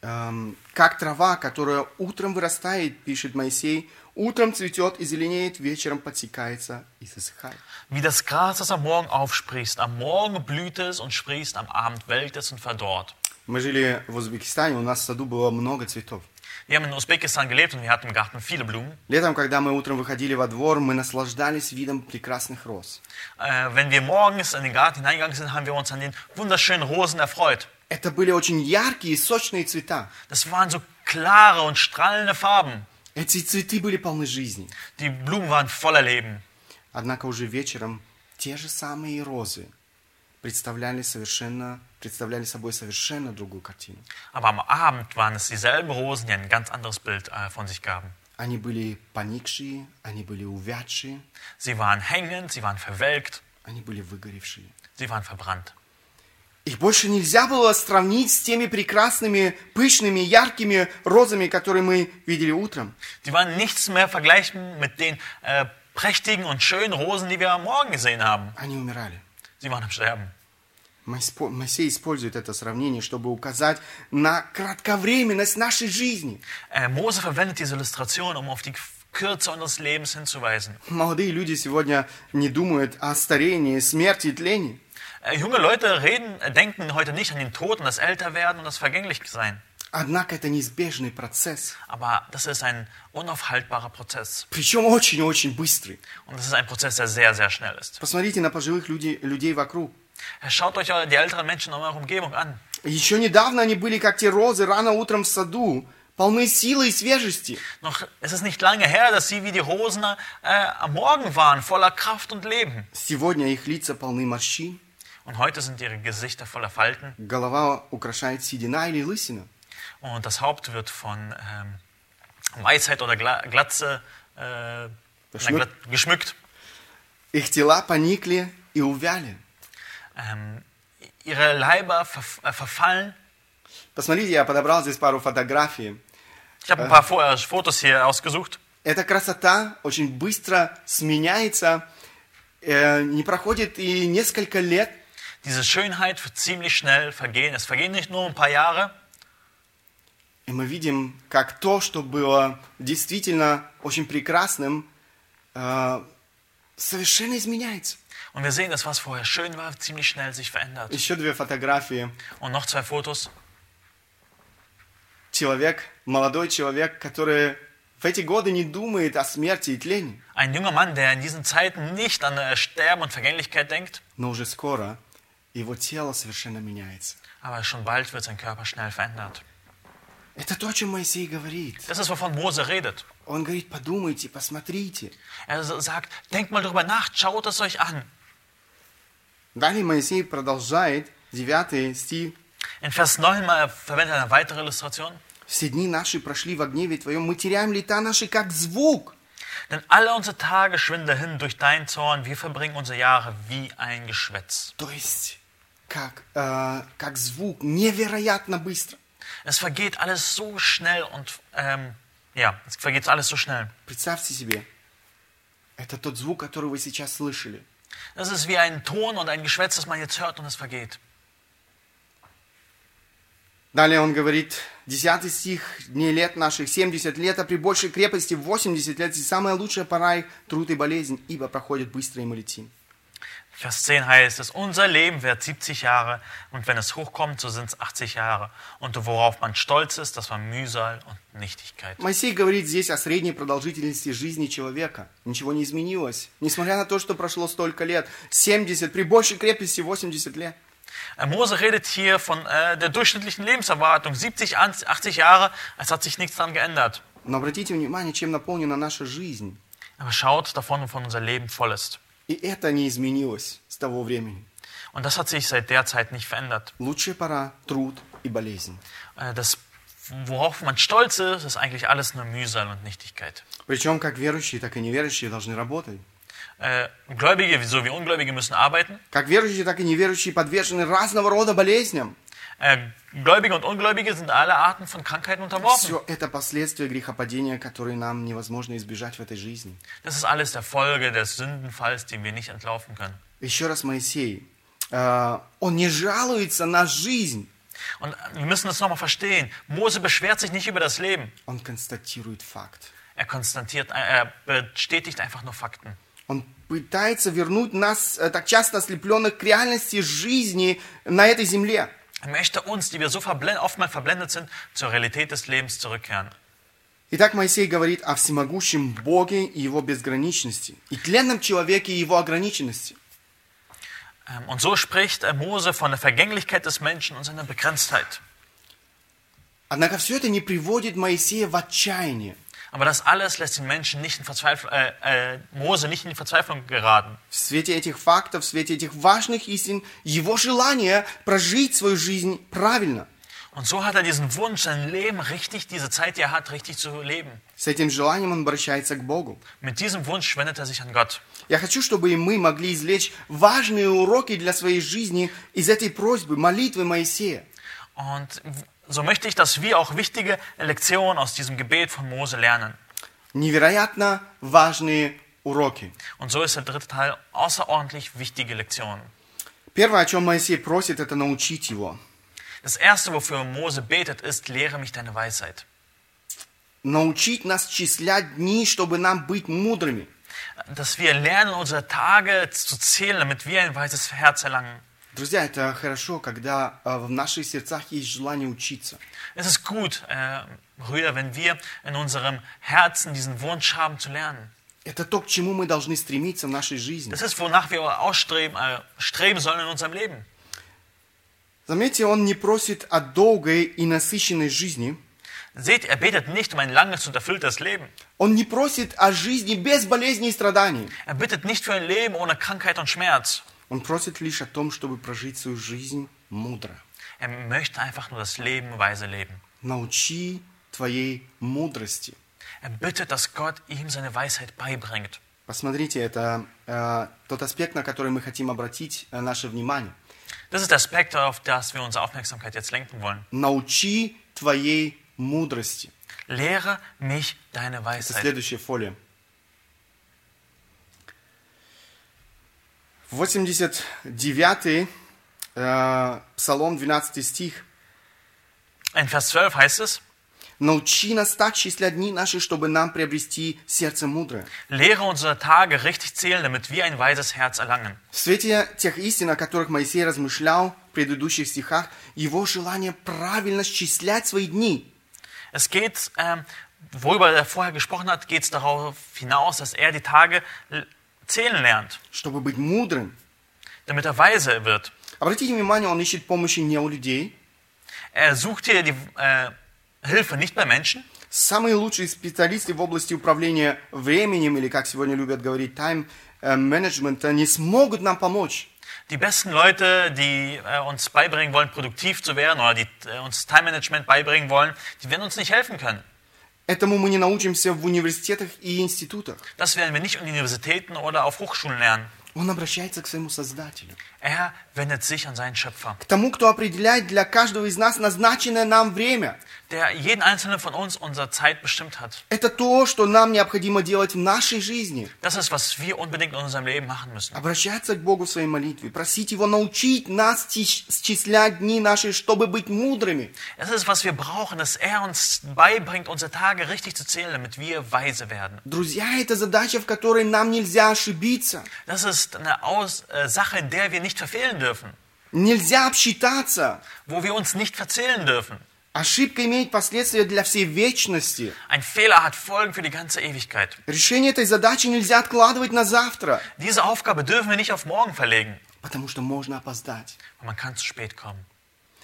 [SPEAKER 1] Эм, «Как трава, которая утром вырастает, — пишет Моисей, — утром цветет и зеленеет, вечером подсекается и засыхает».
[SPEAKER 2] Wie das Gras, das am Morgen aufsprießt, am Morgen blüht es und sprießt, am Abend welkt es und verdorrt.
[SPEAKER 1] Мы жили в Узбекистане, у нас в саду было много цветов.
[SPEAKER 2] Wir haben in Usbekistan gelebt und wir hatten im Garten viele Blumen.
[SPEAKER 1] Летом, когда мы утром выходили во двор, мы наслаждались видом прекрасных роз.
[SPEAKER 2] Äh, wenn wir morgens in den Garten hineingegangen sind, haben wir uns an den wunderschönen Rosen erfreut.
[SPEAKER 1] Это были очень яркие и сочные цвета.
[SPEAKER 2] Das waren so klare und strahlende Farben.
[SPEAKER 1] Эти цветы были полны жизни.
[SPEAKER 2] Die Blumen waren voller Leben.
[SPEAKER 1] Однако уже вечером те же самые розы представляли, совершенно, представляли собой совершенно другую картину.
[SPEAKER 2] Aber am Abend waren es dieselben Rosen, die ein ganz anderes Bild äh, von sich gaben.
[SPEAKER 1] Они были поникшие, они были увядшие,
[SPEAKER 2] Sie waren hängend, sie waren verwelkt,
[SPEAKER 1] они были выгоревшие.
[SPEAKER 2] sie waren verbrannt.
[SPEAKER 1] Их больше нельзя было сравнить с теми прекрасными, пышными, яркими розами, которые мы видели утром.
[SPEAKER 2] Die waren nichts mehr vergleichen mit den äh, prächtigen und schönen Rosen, die wir am Morgen gesehen haben.
[SPEAKER 1] Они умирали.
[SPEAKER 2] Sie waren am Sterben.
[SPEAKER 1] Моиспо- Моисей использует это сравнение, чтобы указать на кратковременность нашей жизни.
[SPEAKER 2] Äh, Mose verwendet diese Illustration, um auf die Kürze unseres Lebens hinzuweisen.
[SPEAKER 1] Молодые люди сегодня не думают о старении, смерти и тлении.
[SPEAKER 2] Äh, junge Leute reden, äh, denken heute nicht an den Tod und das Älterwerden und das Vergänglichsein.
[SPEAKER 1] Однако это неизбежный процесс,
[SPEAKER 2] Aber das ist ein unaufhaltbarer Prozess.
[SPEAKER 1] причем очень-очень быстрый.
[SPEAKER 2] Und das ist ein Prozess, der sehr, sehr schnell ist.
[SPEAKER 1] Посмотрите на пожилых люди- людей вокруг.
[SPEAKER 2] Schaut euch die älteren Menschen in eurer Umgebung an.
[SPEAKER 1] Еще недавно они были, как те розы, рано утром в саду, полны силы и свежести.
[SPEAKER 2] Noch, es ist nicht lange her, dass sie wie die Rosen äh, am Morgen waren, voller Kraft und Leben.
[SPEAKER 1] Сегодня их лица полны морщин,
[SPEAKER 2] Und heute sind ihre Gesichter voller Falten
[SPEAKER 1] голова украшает седина или лысина.
[SPEAKER 2] und das Haupt wird von ähm, Weisheit oder Gla Glatze äh,
[SPEAKER 1] Geschmückt.
[SPEAKER 2] na, glat- geschmückt.
[SPEAKER 1] Их тела поникли и увяли.
[SPEAKER 2] Ähm, ihre Leiber verf äh, verfallen.
[SPEAKER 1] Посмотрите, я подобрал здесь пару фотографий.
[SPEAKER 2] Ich habe ein paar Fo äh, Fotos hier ausgesucht.
[SPEAKER 1] Эта красота очень быстро сменяется, э, не проходит и несколько лет,
[SPEAKER 2] Diese Schönheit wird ziemlich schnell vergehen. Es vergehen nicht nur ein paar Jahre.
[SPEAKER 1] и мы видим, как то, что было действительно очень прекрасным, э, совершенно изменяется.
[SPEAKER 2] Und wir sehen, dass was vorher schön war, ziemlich schnell sich verändert.
[SPEAKER 1] Еще две фотографии.
[SPEAKER 2] Und noch zwei Fotos.
[SPEAKER 1] Человек, молодой человек, который в эти годы не думает о смерти и тлении,
[SPEAKER 2] Ein junger Mann, der in diesen Zeiten nicht an äh, Sterben und Vergänglichkeit denkt,
[SPEAKER 1] но уже скоро его тело совершенно меняется.
[SPEAKER 2] aber schon bald wird sein Körper schnell verändert.
[SPEAKER 1] Это то, о чем Моисей говорит.
[SPEAKER 2] Das ist, wovon Mose redet.
[SPEAKER 1] Он говорит, подумайте, посмотрите.
[SPEAKER 2] Er s- sagt, denkt mal drüber nach, schaut es euch an.
[SPEAKER 1] Далее Моисей продолжает 9 стих.
[SPEAKER 2] In Vers 9 mal verwendet er eine weitere Illustration.
[SPEAKER 1] «Все дни наши прошли в гневе Твоем, мы теряем лета наши, как звук».
[SPEAKER 2] Denn alle unsere Tage schwinden dahin durch deinen Zorn, wir verbringen unsere Jahre wie ein Geschwätz.
[SPEAKER 1] То есть, как, э, как звук, невероятно быстро.
[SPEAKER 2] Es vergeht alles so schnell und, ähm, ja, es vergeht alles so schnell.
[SPEAKER 1] Представьте себе, это тот звук, который вы сейчас слышали.
[SPEAKER 2] Das ist wie ein Ton und ein Geschwätz, das man jetzt hört und es vergeht.
[SPEAKER 1] Далее он говорит, 10 стих, дней лет наших 70 лет, а при большей крепости 80 лет, и самая лучшая пора их труд и болезнь, ибо проходит быстро и мы летим.
[SPEAKER 2] Vers 10 heißt es, unser Leben währt 70 Jahre und wenn es hochkommt, so sind es 80 Jahre. Und worauf man stolz ist, das war Mühsal und Nichtigkeit.
[SPEAKER 1] Моисей говорит здесь о средней продолжительности жизни человека. Nичего не изменилось. Nесмотря на то, что прошло столько лет, 70, при большей крепости 80 лет.
[SPEAKER 2] Äh, Mose redet hier von äh, der durchschnittlichen Lebenserwartung, 70, an- 80 Jahre, es hat sich nichts daran geändert.
[SPEAKER 1] Но обратите внимание, чем наполнена наша жизнь.
[SPEAKER 2] Aber schaut davon, wovon unser Leben voll ist.
[SPEAKER 1] И это не изменилось с того времени.
[SPEAKER 2] Und das hat sich seit der Zeit nicht verändert.
[SPEAKER 1] Лучшая пора – труд и болезнь.
[SPEAKER 2] Äh, Das, worauf man stolz ist, ist eigentlich alles nur Mühsal und Nichtigkeit.
[SPEAKER 1] Причем как верующие, так и неверующие должны работать.
[SPEAKER 2] Äh, Gläubige, so wie Ungläubige, müssen arbeiten.
[SPEAKER 1] Как верующие, так и неверующие подвержены разного рода болеznям.
[SPEAKER 2] Äh, Gläubige und Ungläubige sind aller Arten von Krankheiten unterworfen.
[SPEAKER 1] Все это последствия грехопадения, которые нам невозможно избежать в этой жизни.
[SPEAKER 2] Das ist alles der Folge des Sündenfalls, dem wir nicht entlaufen können.
[SPEAKER 1] Еще раз Моисей, э, он не жалуется на жизнь,
[SPEAKER 2] Und wir müssen das nochmal verstehen. Mose beschwert sich nicht über das Leben.
[SPEAKER 1] он konstatiрует fakt.
[SPEAKER 2] Er konstatiert, äh, er bestätigt einfach nur Fakten.
[SPEAKER 1] Он пытается вернуть нас, э, так часто ослепленных к реальности жизни на этой земле.
[SPEAKER 2] Er möchte uns, die wir so verblendet, oftmals verblendet sind, zur Realität des Lebens zurückkehren.
[SPEAKER 1] Итак, Моисей говорит о всемогущем Боге и его безграничности, и тленном человеке и его ограниченности.
[SPEAKER 2] Ähm, Und so spricht äh, Mose von der Vergänglichkeit des Menschen und seiner Begrenztheit.
[SPEAKER 1] Однако все это не приводит Моисея в отчаяние.
[SPEAKER 2] Aber das alles lässt den Menschen nicht in Verzweiflung, äh, äh, Mose nicht in die Verzweiflung geraten.
[SPEAKER 1] В свете этих фактов, в свете этих важных истин, его желание прожить свою жизнь правильно.
[SPEAKER 2] Und so hat er diesen Wunsch, sein Leben richtig, diese Zeit, die er hat, richtig zu leben.
[SPEAKER 1] С этим желанием он обращается к Богу.
[SPEAKER 2] Mit diesem Wunsch wendet er sich an Gott.
[SPEAKER 1] Я хочу, чтобы и мы могли извлечь важные уроки для своей жизни из этой просьбы, молитвы Моисея.
[SPEAKER 2] Und so möchte ich, dass wir auch wichtige Lektionen aus diesem Gebet von Mose lernen.
[SPEAKER 1] Невероятно важные уроки.
[SPEAKER 2] Und so ist der dritte Teil außerordentlich wichtige Lektionen.
[SPEAKER 1] Первое, о чем Моисей просит, это научить его.
[SPEAKER 2] Das erste, wofür Mose betet, ist, lehre mich deine Weisheit.
[SPEAKER 1] Научить нас числять дни, чтобы нам быть мудрыми.
[SPEAKER 2] Dass wir lernen, unsere Tage zu zählen, damit wir ein weises Herz erlangen.
[SPEAKER 1] Друзья, это хорошо, когда э, в наших сердцах есть желание учиться.
[SPEAKER 2] Es ist gut, äh, Brüder, wenn wir in unserem Herzen diesen Wunsch haben zu lernen.
[SPEAKER 1] Это то, к чему мы должны стремиться в нашей жизни.
[SPEAKER 2] Das ist, wonach wir ausstreben, äh, streben sollen in unserem Leben.
[SPEAKER 1] Заметьте, он не просит о долгой и насыщенной жизни.
[SPEAKER 2] Seht, er betet nicht um ein langes und erfülltes Leben.
[SPEAKER 1] Он не просит о жизни без болезней и страданий.
[SPEAKER 2] Er bittet nicht für ein Leben ohne Krankheit und Schmerz.
[SPEAKER 1] Он просит лишь о том, чтобы прожить свою жизнь мудро.
[SPEAKER 2] Er möchte einfach nur das Leben weise leben.
[SPEAKER 1] Научи твоей мудрости.
[SPEAKER 2] Er bittet, dass Gott ihm seine Weisheit beibringt.
[SPEAKER 1] Посмотрите, это э, тот аспект, на который мы хотим обратить äh, наше внимание.
[SPEAKER 2] Das ist der Aspekt, auf das wir unsere Aufmerksamkeit jetzt lenken wollen.
[SPEAKER 1] Научи твоей мудрости.
[SPEAKER 2] Lehre mich deine
[SPEAKER 1] Это
[SPEAKER 2] Weisheit.
[SPEAKER 1] следующая фолия. 89 э, Псалом, 12 стих.
[SPEAKER 2] In Vers 12 heißt es,
[SPEAKER 1] Научи нас так числять дни наши, чтобы нам приобрести сердце мудрое.
[SPEAKER 2] lehre unsere Tage richtig zählen, damit wir ein weises Herz erlangen.
[SPEAKER 1] В свете тех истин, о которых Моисей размышлял в предыдущих стихах, его желание правильно счислять свои дни.
[SPEAKER 2] Es geht, ähm, worüber er vorher gesprochen hat, geht es darauf hinaus, dass er die Tage l- zählen lernt,
[SPEAKER 1] Чтобы быть мудрым.
[SPEAKER 2] damit er weise wird.
[SPEAKER 1] Обратите внимание, он ищет помощи не у людей.
[SPEAKER 2] Er sucht hier die äh, Hilfe nicht bei Menschen,
[SPEAKER 1] Самые лучшие специалисты в области управления временем, или как сегодня любят говорить, тайм-менеджмента, не смогут нам помочь.
[SPEAKER 2] Die besten Leute, die äh, uns beibringen wollen, produktiv zu werden oder die äh, uns Time Management beibringen wollen, die werden uns nicht helfen können.
[SPEAKER 1] Этому мы не научимся в университетах и институтах.
[SPEAKER 2] Das werden wir nicht an Universitäten oder auf Hochschulen lernen.
[SPEAKER 1] Он обращается к своему Создателю.
[SPEAKER 2] Er wendet sich an seinen Schöpfer,
[SPEAKER 1] К тому, кто определяет для каждого из нас назначенное нам время.
[SPEAKER 2] der jeden einzelnen von uns unsere Zeit bestimmt hat.
[SPEAKER 1] Это то, что нам необходимо делать в нашей жизни.
[SPEAKER 2] Das ist, was wir unbedingt in unserem Leben machen müssen.
[SPEAKER 1] Обращаться к Богу в своей молитве, просить Его научить нас чис- счислять дни наши, чтобы быть мудрыми.
[SPEAKER 2] Es ist, was wir brauchen, dass er uns beibringt, unsere Tage richtig zu zählen, damit wir weise werden.
[SPEAKER 1] Друзья, это задача, в которой нам нельзя ошибиться,
[SPEAKER 2] Das ist eine Aus äh, Sache, in der wir nicht verfehlen dürfen,
[SPEAKER 1] нельзя обсчитаться.
[SPEAKER 2] wo wir uns nicht verzählen dürfen.
[SPEAKER 1] Ошибка имеет последствия для всей вечности.
[SPEAKER 2] Ein Fehler hat Folgen für die ganze Ewigkeit.
[SPEAKER 1] Решение этой задачи нельзя откладывать на завтра,
[SPEAKER 2] Diese Aufgabe dürfen wir nicht auf morgen verlegen,
[SPEAKER 1] потому что можно опоздать.
[SPEAKER 2] weil man kann zu spät kommen.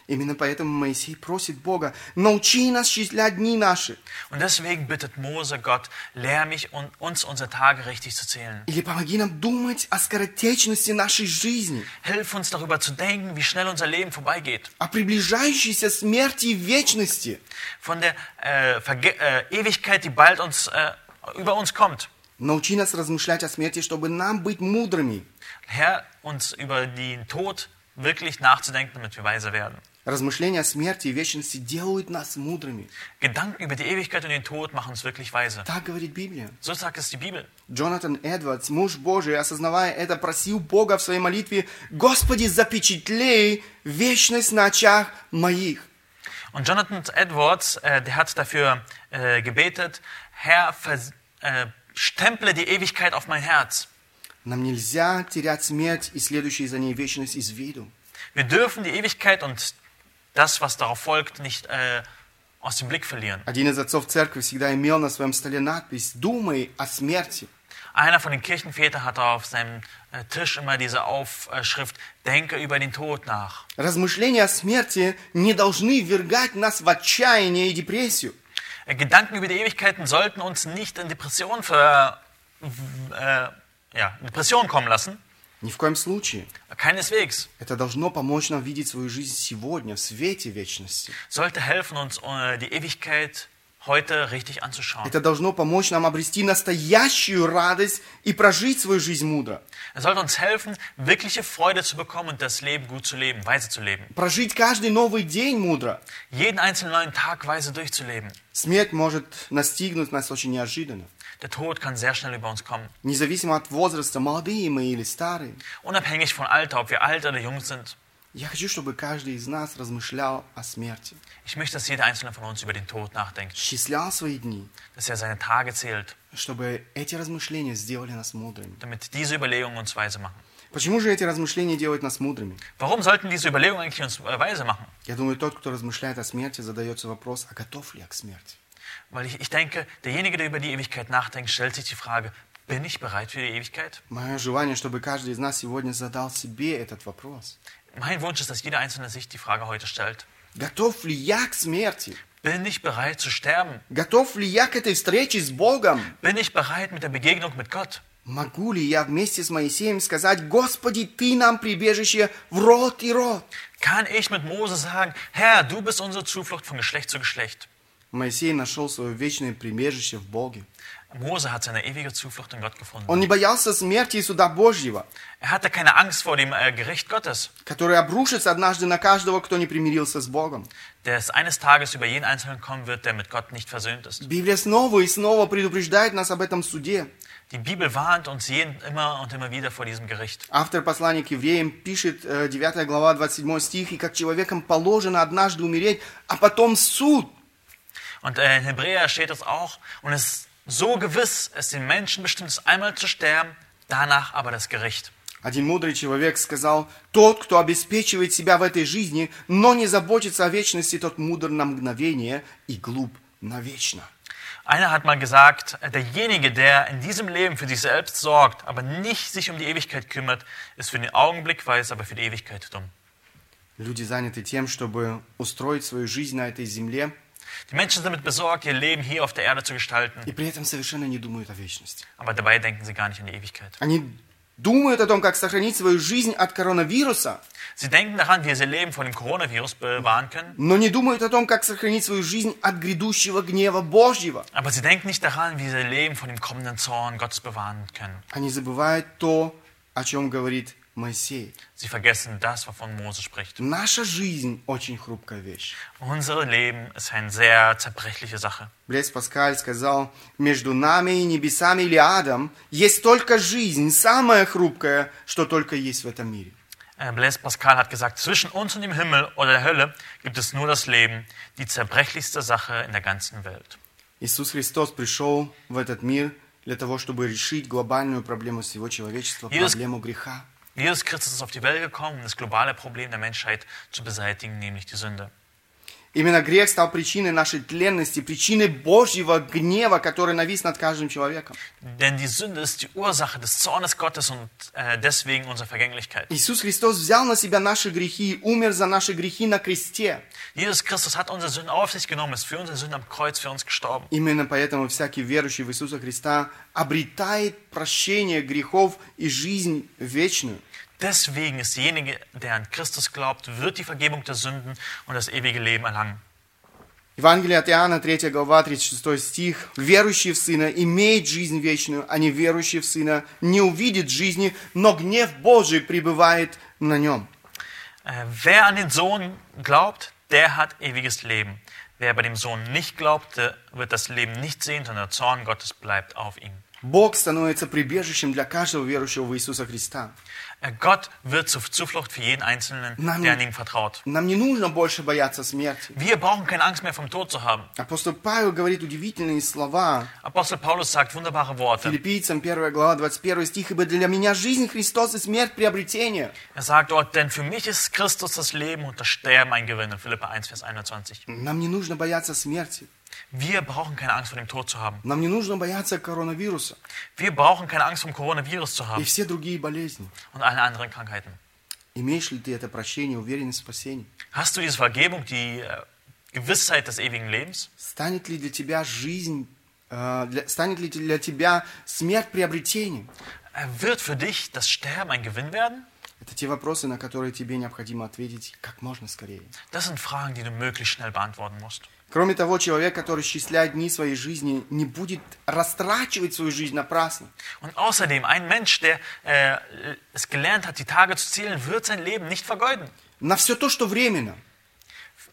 [SPEAKER 1] Именно поэтому Моисей просит Бога, научи нас счислять дни наши.
[SPEAKER 2] Und deswegen bittet Mose Gott, lehr mich und uns unsere Tage richtig zu zählen.
[SPEAKER 1] Или помоги нам думать о скоротечности нашей жизни,
[SPEAKER 2] Hilf uns darüber zu denken, wie schnell unser Leben vorbeigeht.
[SPEAKER 1] о приближающейся смерти и вечности.
[SPEAKER 2] Von der äh, Verge äh, Ewigkeit, die bald uns, äh, über uns kommt.
[SPEAKER 1] Научи нас размышлять о смерти, чтобы нам быть мудрыми.
[SPEAKER 2] Herr, uns über den Tod wirklich nachzudenken, damit wir weiser werden.
[SPEAKER 1] Размышления о смерти и вечности делают нас мудрыми.
[SPEAKER 2] Gedanken über die Ewigkeit und den Tod machen uns wirklich weise.
[SPEAKER 1] Так говорит Библия.
[SPEAKER 2] So sagt es die Bibel.
[SPEAKER 1] Джонатан Эдвардс, муж Божий, осознавая это, просил Бога в своей молитве, «Господи, запечатлей вечность на очах моих».
[SPEAKER 2] Und Jonathan Edwards, äh, der hat dafür äh, gebetet, Herr, vers- äh, stemple die Ewigkeit auf mein Herz.
[SPEAKER 1] Нам нельзя терять смерть и следующую за ней вечность из виду.
[SPEAKER 2] Wir dürfen die Ewigkeit und das, was darauf folgt, nicht äh, aus dem Blick verlieren.
[SPEAKER 1] Один из отцов церкви всегда имел на своем столе надпись «Думай о смерти».
[SPEAKER 2] Einer von den Kirchenvätern hatte auf seinem äh, Tisch immer diese Aufschrift, denke über den Tod nach.
[SPEAKER 1] Размышления о смерти не должны ввергать нас в отчаяние и депрессию.
[SPEAKER 2] Äh, Gedanken über die Ewigkeiten sollten uns nicht in Depression, ver, w- äh, ja, in Depression kommen lassen.
[SPEAKER 1] Ни в коем случае.
[SPEAKER 2] Keineswegs.
[SPEAKER 1] Это должно помочь нам видеть свою жизнь сегодня, в свете вечности.
[SPEAKER 2] Sollte helfen, uns äh, die Ewigkeit heute richtig anzuschauen.
[SPEAKER 1] Это должно помочь нам обрести настоящую радость и прожить свою жизнь мудро.
[SPEAKER 2] Es sollte uns helfen, wirkliche Freude zu bekommen und das Leben gut zu leben, weise zu leben.
[SPEAKER 1] Прожить каждый новый день мудро.
[SPEAKER 2] Jeden einzelnen neuen Tag weise durchzuleben.
[SPEAKER 1] Смерть может настигнуть нас очень неожиданно.
[SPEAKER 2] Der Tod kann sehr schnell über uns kommen.
[SPEAKER 1] Независимо от возраста, молодые мы или старые.
[SPEAKER 2] Unabhängig von Alter, ob wir alt oder jung sind.
[SPEAKER 1] Я хочу, чтобы каждый из нас размышлял о смерти.
[SPEAKER 2] Ich möchte, dass jeder einzelne von uns über den Tod nachdenkt,
[SPEAKER 1] Счислял свои дни,
[SPEAKER 2] dass er seine Tage zählt,
[SPEAKER 1] чтобы эти размышления сделали нас мудрыми.
[SPEAKER 2] damit diese Überlegungen uns weise machen.
[SPEAKER 1] Почему же эти размышления делают нас мудрыми?
[SPEAKER 2] Warum sollten diese Überlegungen eigentlich uns äh, weise machen?
[SPEAKER 1] Я думаю, тот, кто размышляет о смерти, задается вопрос, а готов ли я к смерти?
[SPEAKER 2] Weil ich, ich denke, derjenige, der über die Ewigkeit nachdenkt, stellt sich die Frage, bin ich bereit für die Ewigkeit?
[SPEAKER 1] Мое желание, чтобы каждый из нас сегодня задал себе этот вопрос.
[SPEAKER 2] Mein Wunsch ist, dass jeder Einzelne sich die Frage heute stellt.
[SPEAKER 1] Готов ли я к смерти?
[SPEAKER 2] Bin ich bereit zu sterben?
[SPEAKER 1] Готов ли я к этой встрече с Богом?
[SPEAKER 2] Bin ich bereit mit der Begegnung mit Gott?
[SPEAKER 1] Могу ли я вместе с Моисеем сказать, Господи, Ты нам прибежище в рот и рот?
[SPEAKER 2] Kann ich mit Mose sagen, Herr, du bist unsere Zuflucht von Geschlecht zu Geschlecht?
[SPEAKER 1] Моисей нашел свое вечное прибежище в Боге.
[SPEAKER 2] Mose hat seine ewige Zuflucht in Gott gefunden.
[SPEAKER 1] Он не боялся смерти и суда Божьего,
[SPEAKER 2] Er hatte keine Angst vor dem äh, Gericht Gottes,
[SPEAKER 1] который обрушится однажды на каждого, кто не примирился с Богом.
[SPEAKER 2] das eines Tages über jeden Einzelnen kommen wird, der mit Gott nicht versöhnt ist.
[SPEAKER 1] Библия снова и снова предупреждает нас об этом суде.
[SPEAKER 2] Die Bibel warnt uns jeden immer und immer wieder vor diesem Gericht.
[SPEAKER 1] Автор послания к евреям пишет, э, 9 глава, 27 стих, «И как человеком положено однажды умереть, а потом суд».
[SPEAKER 2] Und äh, in Hebräer steht es auch, und es ist so gewiss, es den Menschen bestimmt ist, einmal zu sterben, danach aber das Gericht.
[SPEAKER 1] Один мудрый человек сказал, «Тот, кто обеспечивает себя в этой жизни, но не заботится о вечности, тот мудр на мгновение и глуп навечно».
[SPEAKER 2] Einer hat mal gesagt, äh, derjenige, der in diesem Leben für sich selbst sorgt, aber nicht sich um die Ewigkeit kümmert, ist für den Augenblick weiß, aber für die Ewigkeit dumm.
[SPEAKER 1] Люди заняты тем, чтобы ustроить свою жизнь на этой земле,
[SPEAKER 2] Die Menschen sind damit besorgt, ihr Leben hier auf der Erde zu gestalten,
[SPEAKER 1] и при этом совершенно не думают о вечности.
[SPEAKER 2] aber dabei denken sie gar nicht an die Ewigkeit.
[SPEAKER 1] Они думают о том, как сохранить свою жизнь от коронавируса,
[SPEAKER 2] Sie denken daran, wie sie ihr Leben vor dem Coronavirus bewahren können,
[SPEAKER 1] но не думают о том, как сохранить свою жизнь от грядущего гнева Божьего.
[SPEAKER 2] aber sie denken nicht daran, wie sie ihr Leben vor dem kommenden Zorn Gottes bewahren können.
[SPEAKER 1] Они забывают то, о чем говорит Моисей.
[SPEAKER 2] Sie vergessen das, wovon Mose spricht.
[SPEAKER 1] Наша жизнь очень хрупкая вещь.
[SPEAKER 2] Unser Leben ist eine sehr zerbrechliche Sache.
[SPEAKER 1] Блес Паскаль сказал, между нами и небесами или адом есть только жизнь, самая хрупкая, что только есть в этом мире.
[SPEAKER 2] Äh, Blaise Pascal hat gesagt, zwischen uns und dem Himmel oder der Hölle gibt es nur das Leben, die zerbrechlichste Sache in der ganzen Welt.
[SPEAKER 1] Иисус Христос пришел в этот мir для того, чтобы решить глобальную проблему всего человечества,
[SPEAKER 2] Иисус-
[SPEAKER 1] проблему греха.
[SPEAKER 2] Jesus Christus ist auf die Welt gekommen, um das globale Problem der Menschheit zu beseitigen, nämlich die Sünde.
[SPEAKER 1] Именно грех стал причиной нашей тленности, причиной Божьего гнева, который навис над каждым человеком.
[SPEAKER 2] Denn die Sünde ist die Ursache des Zornes Gottes und äh, deswegen unsere Vergänglichkeit.
[SPEAKER 1] Иисус Христос взял на себя наши грехи, умер за наши грехи на кресте.
[SPEAKER 2] Jesus Christus hat unsere Sünden auf sich genommen, ist für unsere Sünden am Kreuz für uns gestorben.
[SPEAKER 1] Именно поэтому всякий верующий в Иисуса Христа обретает прощение грехов и жизнь вечную.
[SPEAKER 2] Deswegen ist derjenige, der an Christus glaubt, wird die Vergebung der Sünden und das ewige Leben erlangen.
[SPEAKER 1] Евангелие от Иоанна, 3 глава, 36 стих. «Верующий в Сына имеет жизнь вечную, а неверующий в Сына не увидит жизни, но гнев Божий пребывает на нем».
[SPEAKER 2] Äh, wer an den Sohn glaubt, der hat ewiges Leben. Wer bei dem Sohn nicht glaubt, der wird das Leben nicht sehen, sondern der Zorn Gottes bleibt auf ihm.
[SPEAKER 1] Бог становится прибежищем для каждого верующего в Иисуса Христа.
[SPEAKER 2] Äh, Gott wird zur Zuflucht für jeden Einzelnen,
[SPEAKER 1] Nein.
[SPEAKER 2] der an ihm vertraut.
[SPEAKER 1] Нам не нужно больше бояться смерти.
[SPEAKER 2] Wir brauchen keine Angst mehr vom Tod zu haben.
[SPEAKER 1] Апостол Павел говорит удивительные слова.
[SPEAKER 2] Apostel Paulus sagt wunderbare Worte.
[SPEAKER 1] Филиппийцам 1 глава 21 стих. «Ибо для меня жизнь Христос и смерть приобретение».
[SPEAKER 2] Er sagt dort, denn für mich ist Christus das Leben und das Sterben ein Gewinn. In Philippa 1, Vers 21.
[SPEAKER 1] Нам не нужно бояться смерти.
[SPEAKER 2] Wir brauchen keine Angst vor dem Tod zu haben.
[SPEAKER 1] Нам не нужно бояться коронавируса
[SPEAKER 2] Wir brauchen keine Angst vom Coronavirus zu
[SPEAKER 1] и
[SPEAKER 2] haben
[SPEAKER 1] все другие болезни.
[SPEAKER 2] und allen anderen Krankheiten.
[SPEAKER 1] Имеешь ли ты это прощение, уверенность в спасении?
[SPEAKER 2] Hast du diese Vergebung, die äh, Gewissheit des ewigen Lebens?
[SPEAKER 1] Станет ли для тебя жизнь, э, для- станет ли для тебя смерть приобретением?
[SPEAKER 2] Äh, Wird für dich das Sterben ein Gewinn werden?
[SPEAKER 1] Это те вопросы, на которые тебе необходимо ответить как можно скорее.
[SPEAKER 2] Das sind Fragen, die du möglichst schnell beantworten musst.
[SPEAKER 1] Кроме того, человек, который счисляет дни своей жизни, не будет растрачивать свою жизнь напрасно.
[SPEAKER 2] Und außerdem, ein Mensch, der äh, es gelernt hat, die Tage zu zählen, wird sein Leben nicht vergeuden.
[SPEAKER 1] На все то, что временно.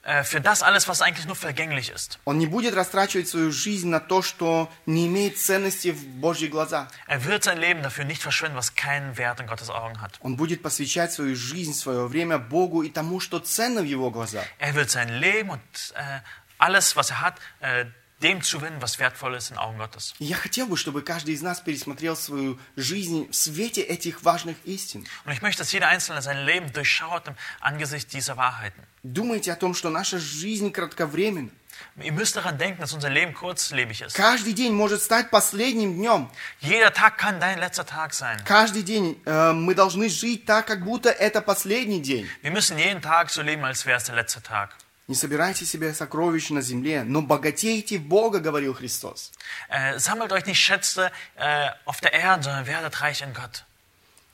[SPEAKER 2] Äh, für das alles, was eigentlich nur vergänglich ist.
[SPEAKER 1] Он не будет растрачивать свою жизнь на то, что не имеет ценности в Божьих глазах.
[SPEAKER 2] Er wird sein Leben dafür nicht verschwenden, was keinen Wert in Gottes Augen hat.
[SPEAKER 1] Он будет посвящать свою жизнь, свое время Богу и тому, что ценно в его глазах.
[SPEAKER 2] Er wird sein Leben und äh, alles, was er hat, äh, dem zuwenden, was wertvoll ist in Augen Gottes.
[SPEAKER 1] И я хотел бы, чтобы каждый из нас пересмотрел свою жизнь в свете этих важных истин.
[SPEAKER 2] Und ich möchte, dass jeder Einzelne sein Leben durchschaut im Angesicht dieser Wahrheiten.
[SPEAKER 1] Думайте о том, что наша жизнь кратковременна.
[SPEAKER 2] Ihr müsst daran denken, dass unser Leben kurzlebig ist.
[SPEAKER 1] Каждый день может стать последним днем.
[SPEAKER 2] Jeder Tag kann dein letzter Tag sein.
[SPEAKER 1] Каждый день э, мы должны жить так, как будто это последний день.
[SPEAKER 2] Wir müssen jeden Tag so leben, als wäre es der letzte Tag.
[SPEAKER 1] Не собирайте себе сокровищ на земле, но богатейте в Бога, говорил Христос.
[SPEAKER 2] Äh, sammelt euch nicht Schätze äh, auf der Erde, sondern werdet reich in Gott.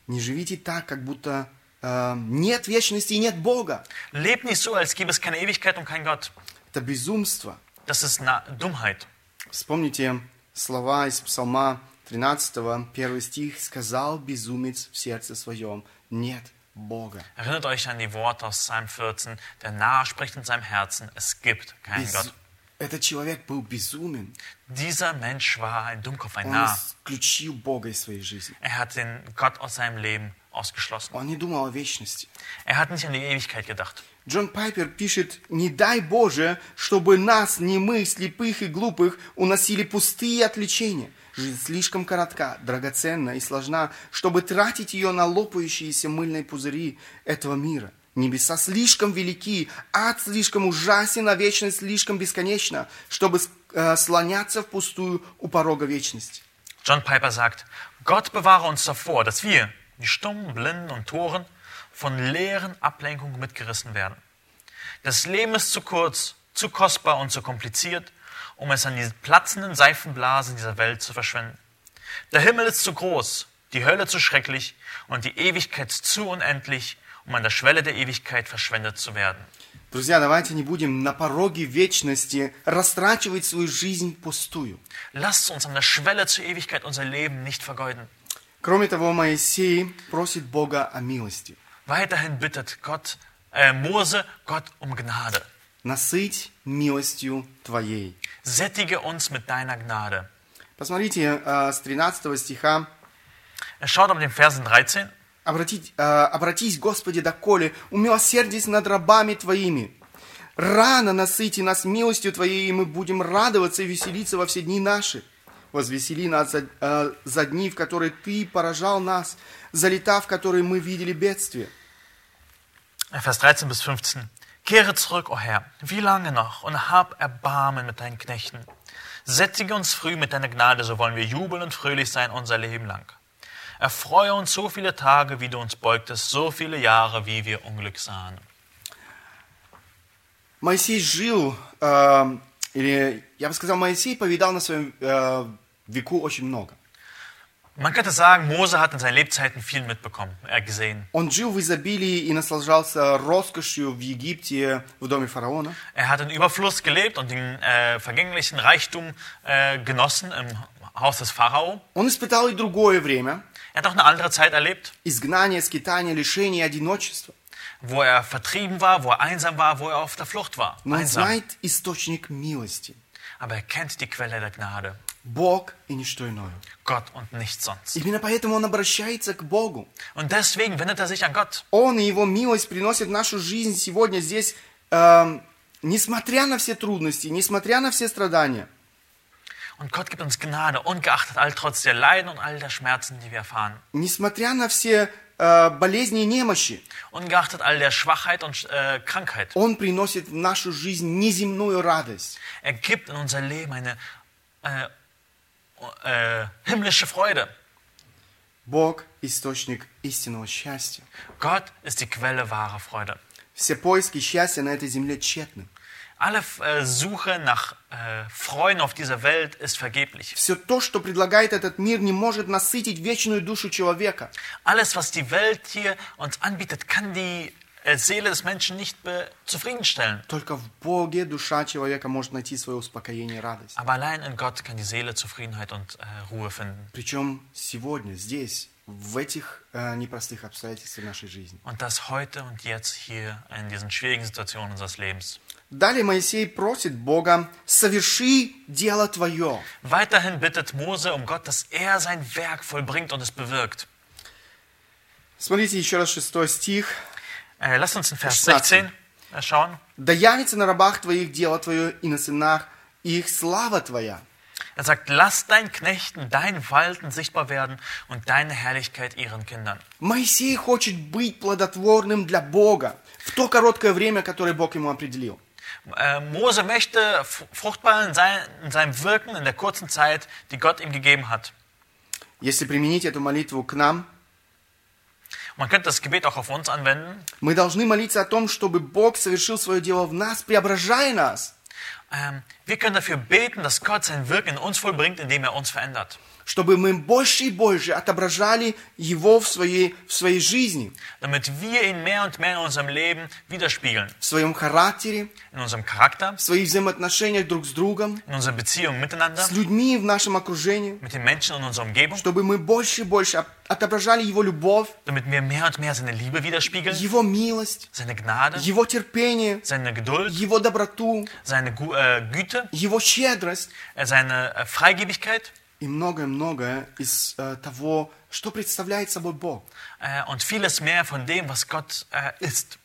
[SPEAKER 1] Не живите так, как будто э, нет вечности и нет Бога.
[SPEAKER 2] Lebt nicht so, als gäbe es keine Ewigkeit und kein Gott.
[SPEAKER 1] Это безумство.
[SPEAKER 2] Das ist Na Dummheit.
[SPEAKER 1] Вспомните слова из Псалма 13, первый стих. «Сказал безумец в сердце своем, нет Бога».
[SPEAKER 2] Erinnert euch an die Worte aus Psalm 14, der Narr spricht in seinem Herzen, es gibt keinen
[SPEAKER 1] Без-
[SPEAKER 2] Gott.
[SPEAKER 1] Этот человек был безумен.
[SPEAKER 2] Dieser Mensch war ein Dummkopf, ein
[SPEAKER 1] Он
[SPEAKER 2] Narr.
[SPEAKER 1] исключил Бога из своей жизни.
[SPEAKER 2] Er hat den Gott aus seinem Leben ausgeschlossen.
[SPEAKER 1] Он не думал о вечности.
[SPEAKER 2] Er hat nicht an die Ewigkeit gedacht.
[SPEAKER 1] Джон Пайпер пишет, «Не дай Боже, чтобы нас, немых, слепых и глупых, уносили пустые отвлечения. Жизнь слишком коротка, драгоценна и сложна, чтобы тратить ее на лопающиеся мыльные пузыри этого мира. Небеса слишком велики, ад слишком ужасен, а вечность слишком бесконечна, чтобы э, слоняться впустую у порога вечности».
[SPEAKER 2] John Piper sagt, Gott bewahre uns davor, dass wir, die Stummen, Blinden und Toren, von leeren Ablenkungen mitgerissen werden. Das Leben ist zu kurz, zu kostbar und zu kompliziert, um es an die platzenden Seifenblasen dieser Welt zu verschwenden. Der Himmel ist zu groß, die Hölle zu schrecklich und die Ewigkeit zu unendlich, um an der Schwelle der Ewigkeit verschwendet zu werden.
[SPEAKER 1] Друзья, давайте не будем на пороге вечности растрачивать свою жизнь пустую.
[SPEAKER 2] Lasst uns an der Schwelle zur Ewigkeit unser Leben nicht vergeuden.
[SPEAKER 1] Кроме того, Моисей просит Бога о милости.
[SPEAKER 2] Weiterhin bittet Gott, äh, Mose Gott um Gnade.
[SPEAKER 1] «Насыть милостью Твоей».
[SPEAKER 2] Sättige uns mit deiner Gnade.
[SPEAKER 1] Посмотрите э, с 13 стиха.
[SPEAKER 2] Er schaut auf den Versen 13.
[SPEAKER 1] «Обратить, э, «Обратись, Господи, доколе, умилосердись над рабами Твоими. Рано насыти нас милостью Твоей, и мы будем радоваться и веселиться во все дни наши. Возвесели нас за, э, за дни, в которые Ты поражал нас, за лета, в которые мы видели бедствие».
[SPEAKER 2] Vers 13 äh, bis 15. Kehre zurück, o Herr, wie lange noch, und hab Erbarmen mit deinen Knechten. Sättige uns früh mit deiner Gnade, so wollen wir jubeln und fröhlich sein unser Leben lang. Erfreue uns so viele Tage, wie du uns beugtest, so viele Jahre, wie wir Unglück sahen.
[SPEAKER 1] Моисей жил, э, или я бы сказал, Моисей повидал на своем э, веку очень много.
[SPEAKER 2] Man könnte sagen, Mose hat in seinen Lebzeiten viel mitbekommen, er gesehen.
[SPEAKER 1] Он жил в изобилии и наслаждался роскошью в Египте, в доме фараона.
[SPEAKER 2] Er hat in Überfluss gelebt und den äh, vergänglichen Reichtum äh, genossen im Haus des Pharao.
[SPEAKER 1] Он испытал и другое время –
[SPEAKER 2] Er hat auch eine andere Zeit erlebt,
[SPEAKER 1] изгнание, скитание, лишение, одиночество.
[SPEAKER 2] wo er vertrieben war, wo er einsam war, wo er auf der Flucht war.
[SPEAKER 1] Но он
[SPEAKER 2] Einsam.
[SPEAKER 1] знает источник милости –
[SPEAKER 2] Aber er kennt die Quelle der Gnade,
[SPEAKER 1] Бог и ничто иное.
[SPEAKER 2] Gott und nichts sonst.
[SPEAKER 1] Именно поэтому он обращается к Богу.
[SPEAKER 2] Und deswegen wendet er sich an Gott.
[SPEAKER 1] Он и его милость приносят в нашу жизнь сегодня здесь, эм, несмотря на все трудности, несмотря на все страдания.
[SPEAKER 2] Und Gott gibt uns Gnade, ungeachtet all trotz der Leiden und all der Schmerzen, die wir erfahren.
[SPEAKER 1] Несмотря на все э, болезни и немощи,
[SPEAKER 2] Ungeachtet all der Schwachheit und äh, Krankheit.
[SPEAKER 1] Он приносит в нашу жизнь неземную радость.
[SPEAKER 2] Er gibt in unser Leben eine äh, äh, himmlische Freude.
[SPEAKER 1] Бог – источник истинного счастья.
[SPEAKER 2] Gott ist die Quelle wahrer Freude.
[SPEAKER 1] Все поиски счастья на этой земле тщетны.
[SPEAKER 2] Alle äh, Suche nach äh, Freuden auf dieser Welt ist vergeblich.
[SPEAKER 1] Все то, что предлагает этот мир, не может насытить вечную душу человека.
[SPEAKER 2] Alles, was die Welt hier uns anbietet, kann die äh, Seele des Menschen nicht be- zufriedenstellen.
[SPEAKER 1] Только в Боге душа человека может найти свое успокоение и радость.
[SPEAKER 2] Aber allein in Gott kann die Seele Zufriedenheit und äh, Ruhe finden.
[SPEAKER 1] Причем сегодня, здесь, в этих э, непростых обстоятельствах нашей жизни.
[SPEAKER 2] Und das heute und jetzt hier in diesen schwierigen Situationen unseres Lebens.
[SPEAKER 1] Далее Моисей просит Бога, соверши дело твое.
[SPEAKER 2] Weiterhin bittet Mose um Gott, dass er sein Werk vollbringt und es bewirkt.
[SPEAKER 1] Смотрите еще раз шестой стих.
[SPEAKER 2] Äh, lasst uns in Vers
[SPEAKER 1] 16.
[SPEAKER 2] 16 äh, schauen.
[SPEAKER 1] «Да явится на рабах твоих дело твое, и на сынах их слава твоя».
[SPEAKER 2] Er sagt, lass deinen Knechten, deinen Walten sichtbar werden und deine Herrlichkeit ihren Kindern.
[SPEAKER 1] Моисей хочет быть плодотворным для Бога в то короткое время, которое Бог ему определил.
[SPEAKER 2] Äh, Mose möchte f- fruchtbar in, sein, in seinem Wirken in der kurzen Zeit, die Gott ihm gegeben hat.
[SPEAKER 1] Если применить эту молитву к нам,
[SPEAKER 2] Man könnte das Gebet auch auf uns anwenden.
[SPEAKER 1] мы должны молиться о том, чтобы Бог совершил свое дело в нас, преображая нас.
[SPEAKER 2] Ähm, wir können dafür beten, dass Gott sein Wirken in uns vollbringt, indem er uns verändert.
[SPEAKER 1] чтобы мы больше и больше отображали Его в своей, в своей жизни,
[SPEAKER 2] Damit wir ihn mehr und mehr in unserem Leben widerspiegeln.
[SPEAKER 1] в своем характере,
[SPEAKER 2] In unserem Charakter,
[SPEAKER 1] в своих взаимоотношениях друг с другом,
[SPEAKER 2] in unserer Beziehung miteinander,
[SPEAKER 1] с людьми в нашем окружении,
[SPEAKER 2] mit den Menschen in unserer Umgebung.
[SPEAKER 1] чтобы мы больше и больше об- отображали Его любовь,
[SPEAKER 2] Damit wir mehr und mehr seine Liebe widerspiegeln,
[SPEAKER 1] Его милость,
[SPEAKER 2] seine Gnade,
[SPEAKER 1] Его терпение,
[SPEAKER 2] seine Geduld,
[SPEAKER 1] Его доброту,
[SPEAKER 2] seine Gu äh, Güte,
[SPEAKER 1] Его щедрость
[SPEAKER 2] äh, seine äh, Freigebigkeit.
[SPEAKER 1] и многое-многое из э, того, что представляет собой Бог.
[SPEAKER 2] äh, und vieles mehr von dem, was Gott äh, ist.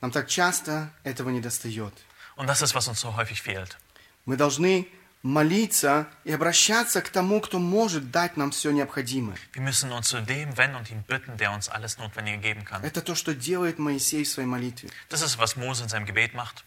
[SPEAKER 1] Нам так часто этого не достает.
[SPEAKER 2] Und das ist, was uns so häufig fehlt.
[SPEAKER 1] Мы должны молиться и обращаться к тому, кто может дать нам все необходимое.
[SPEAKER 2] Wir müssen uns zu dem wenden und ihn bitten, der uns alles Notwendige geben kann.
[SPEAKER 1] Это то, что делает Моисей в своей молитве.
[SPEAKER 2] Das ist, was Mose in seinem Gebet macht.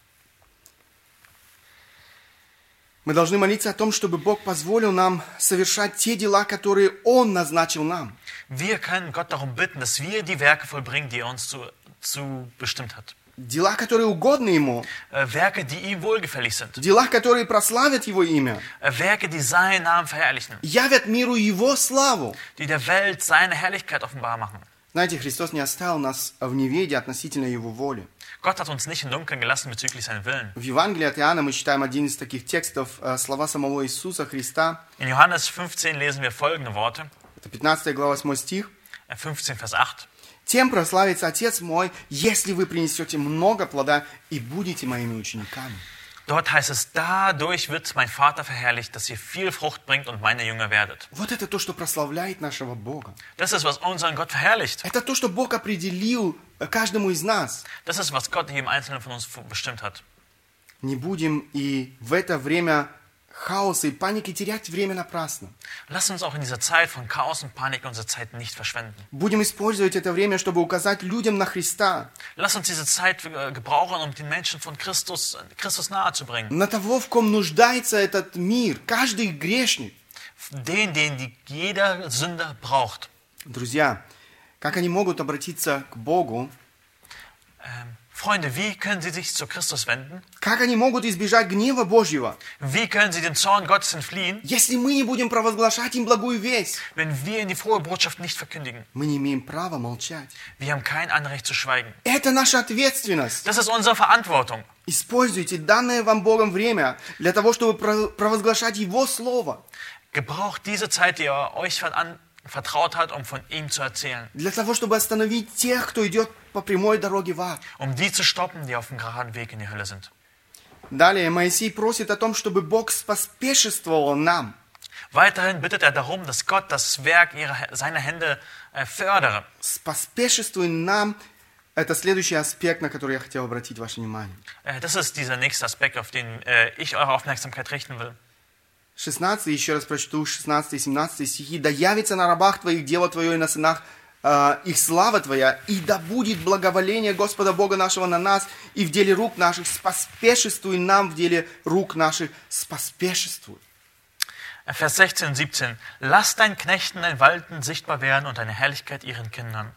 [SPEAKER 1] Мы должны молиться о том, чтобы Бог позволил нам совершать те дела, которые Он назначил нам.
[SPEAKER 2] Wir können Gott darum bitten, dass wir die Werke vollbringen, die er uns zu, zu bestimmt hat.
[SPEAKER 1] Дела, которые угодны Ему.
[SPEAKER 2] Äh, Werke, die ihm wohlgefällig sind.
[SPEAKER 1] Дела, которые прославят Его имя.
[SPEAKER 2] Äh, Werke, die seinen Namen verherrlichen,
[SPEAKER 1] Явят миру Его славу.
[SPEAKER 2] die der Welt seine Herrlichkeit offenbar machen.
[SPEAKER 1] Знаете, Христос не оставил нас в неведе относительно Его воли.
[SPEAKER 2] Gott hat uns nicht im Dunkeln gelassen bezüglich seinen Willen.
[SPEAKER 1] В Евангелии от Иоанна мы читаем один из таких текстов, э, слова самого Иисуса Христа.
[SPEAKER 2] In Johannes 15 lesen wir folgende Worte.
[SPEAKER 1] Это 15 глава, 8 стих.
[SPEAKER 2] Äh, 15, Vers 8.
[SPEAKER 1] «Тем прославится Отец мой, если вы принесете много плода и будете моими учениками».
[SPEAKER 2] Dort heißt es, dadurch wird mein Vater verherrlicht, dass ihr viel Frucht bringt und meine Jünger werdet.
[SPEAKER 1] Вот это то, что прославляет нашего Бога.
[SPEAKER 2] Das ist, was unseren Gott verherrlicht.
[SPEAKER 1] Это то, что Бог определил э, каждому из нас.
[SPEAKER 2] Das ist, was Gott jedem Einzelnen von uns bestimmt hat.
[SPEAKER 1] Не будем и в это время хаоса и паники терять время напрасно.
[SPEAKER 2] Lass uns auch in dieser Zeit von Chaos und Panik unsere Zeit nicht verschwenden.
[SPEAKER 1] Будем использовать это время, чтобы указать людям на Христа,
[SPEAKER 2] Lass uns diese Zeit äh, gebrauchen, um den Menschen von Christus, äh, Christus nahezubringen.
[SPEAKER 1] на того, в ком нуждается этот мир, каждый грешник.
[SPEAKER 2] Den, den die jeder Sünder braucht.
[SPEAKER 1] Друзья, как они могут обратиться к Богу,
[SPEAKER 2] Ähm, Freunde, wie können Sie sich zu Christus wenden?
[SPEAKER 1] как они могут избежать гнева Божьего,
[SPEAKER 2] Wie können Sie dem Zorn Gottes entfliehen,
[SPEAKER 1] если мы не будем провозглашать им благую весть?
[SPEAKER 2] wenn wir Ihnen die frohe Botschaft nicht verkündigen?
[SPEAKER 1] Мы не имеем права молчать.
[SPEAKER 2] Wir haben kein Anrecht zu schweigen.
[SPEAKER 1] Это наша ответственность.
[SPEAKER 2] Das ist unsere Verantwortung.
[SPEAKER 1] Используйте данное вам Богом время для того, чтобы про- провозглашать Его Слово,
[SPEAKER 2] Gebraucht diese Zeit, die er euch veran- vertraut hat, um von ihm zu erzählen.
[SPEAKER 1] для того, чтобы остановить тех, кто идет по прямой doroге в ад.
[SPEAKER 2] Um die zu stoppen, die auf dem geraden Weg in die Hölle sind.
[SPEAKER 1] Далее Моисей просит о том, чтобы Бог поспешествовал нам,
[SPEAKER 2] Weiterhin bittet er darum, dass Gott das Werk ihrer, seiner Hände äh, fördere.
[SPEAKER 1] поспешествуй нам. Это следующий аспект, на который я хотел обратить ваше внимание.
[SPEAKER 2] Äh, das ist dieser nächste Aspekt, auf den äh, ich eure Aufmerksamkeit richten will.
[SPEAKER 1] 16, еще раз прочту 16 и 17 стихи. «Да явится на рабах твоих дело твое и на сынах э, их слава твоя, и да будет благоволение Господа Бога нашего на нас и в деле рук наших споспешествуй нам в деле рук наших споспешествуй».
[SPEAKER 2] Äh, Vers 16 und 17. Lass deinen Knechten dein Walten sichtbar werden und deine Herrlichkeit ihren Kindern.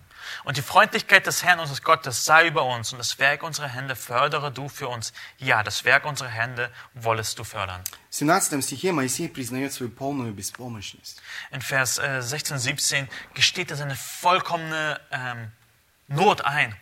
[SPEAKER 2] Und die Freundlichkeit des Herrn unseres Gottes sei über uns und das Werk unserer Hände fördere du für uns. Ja, das Werk unserer Hände wollest du fördern.
[SPEAKER 1] В 17 стихе Моисей признает свою полную беспомощность.
[SPEAKER 2] In Vers äh, 16, 17 gesteht er seine vollkommene ähm, Not ein.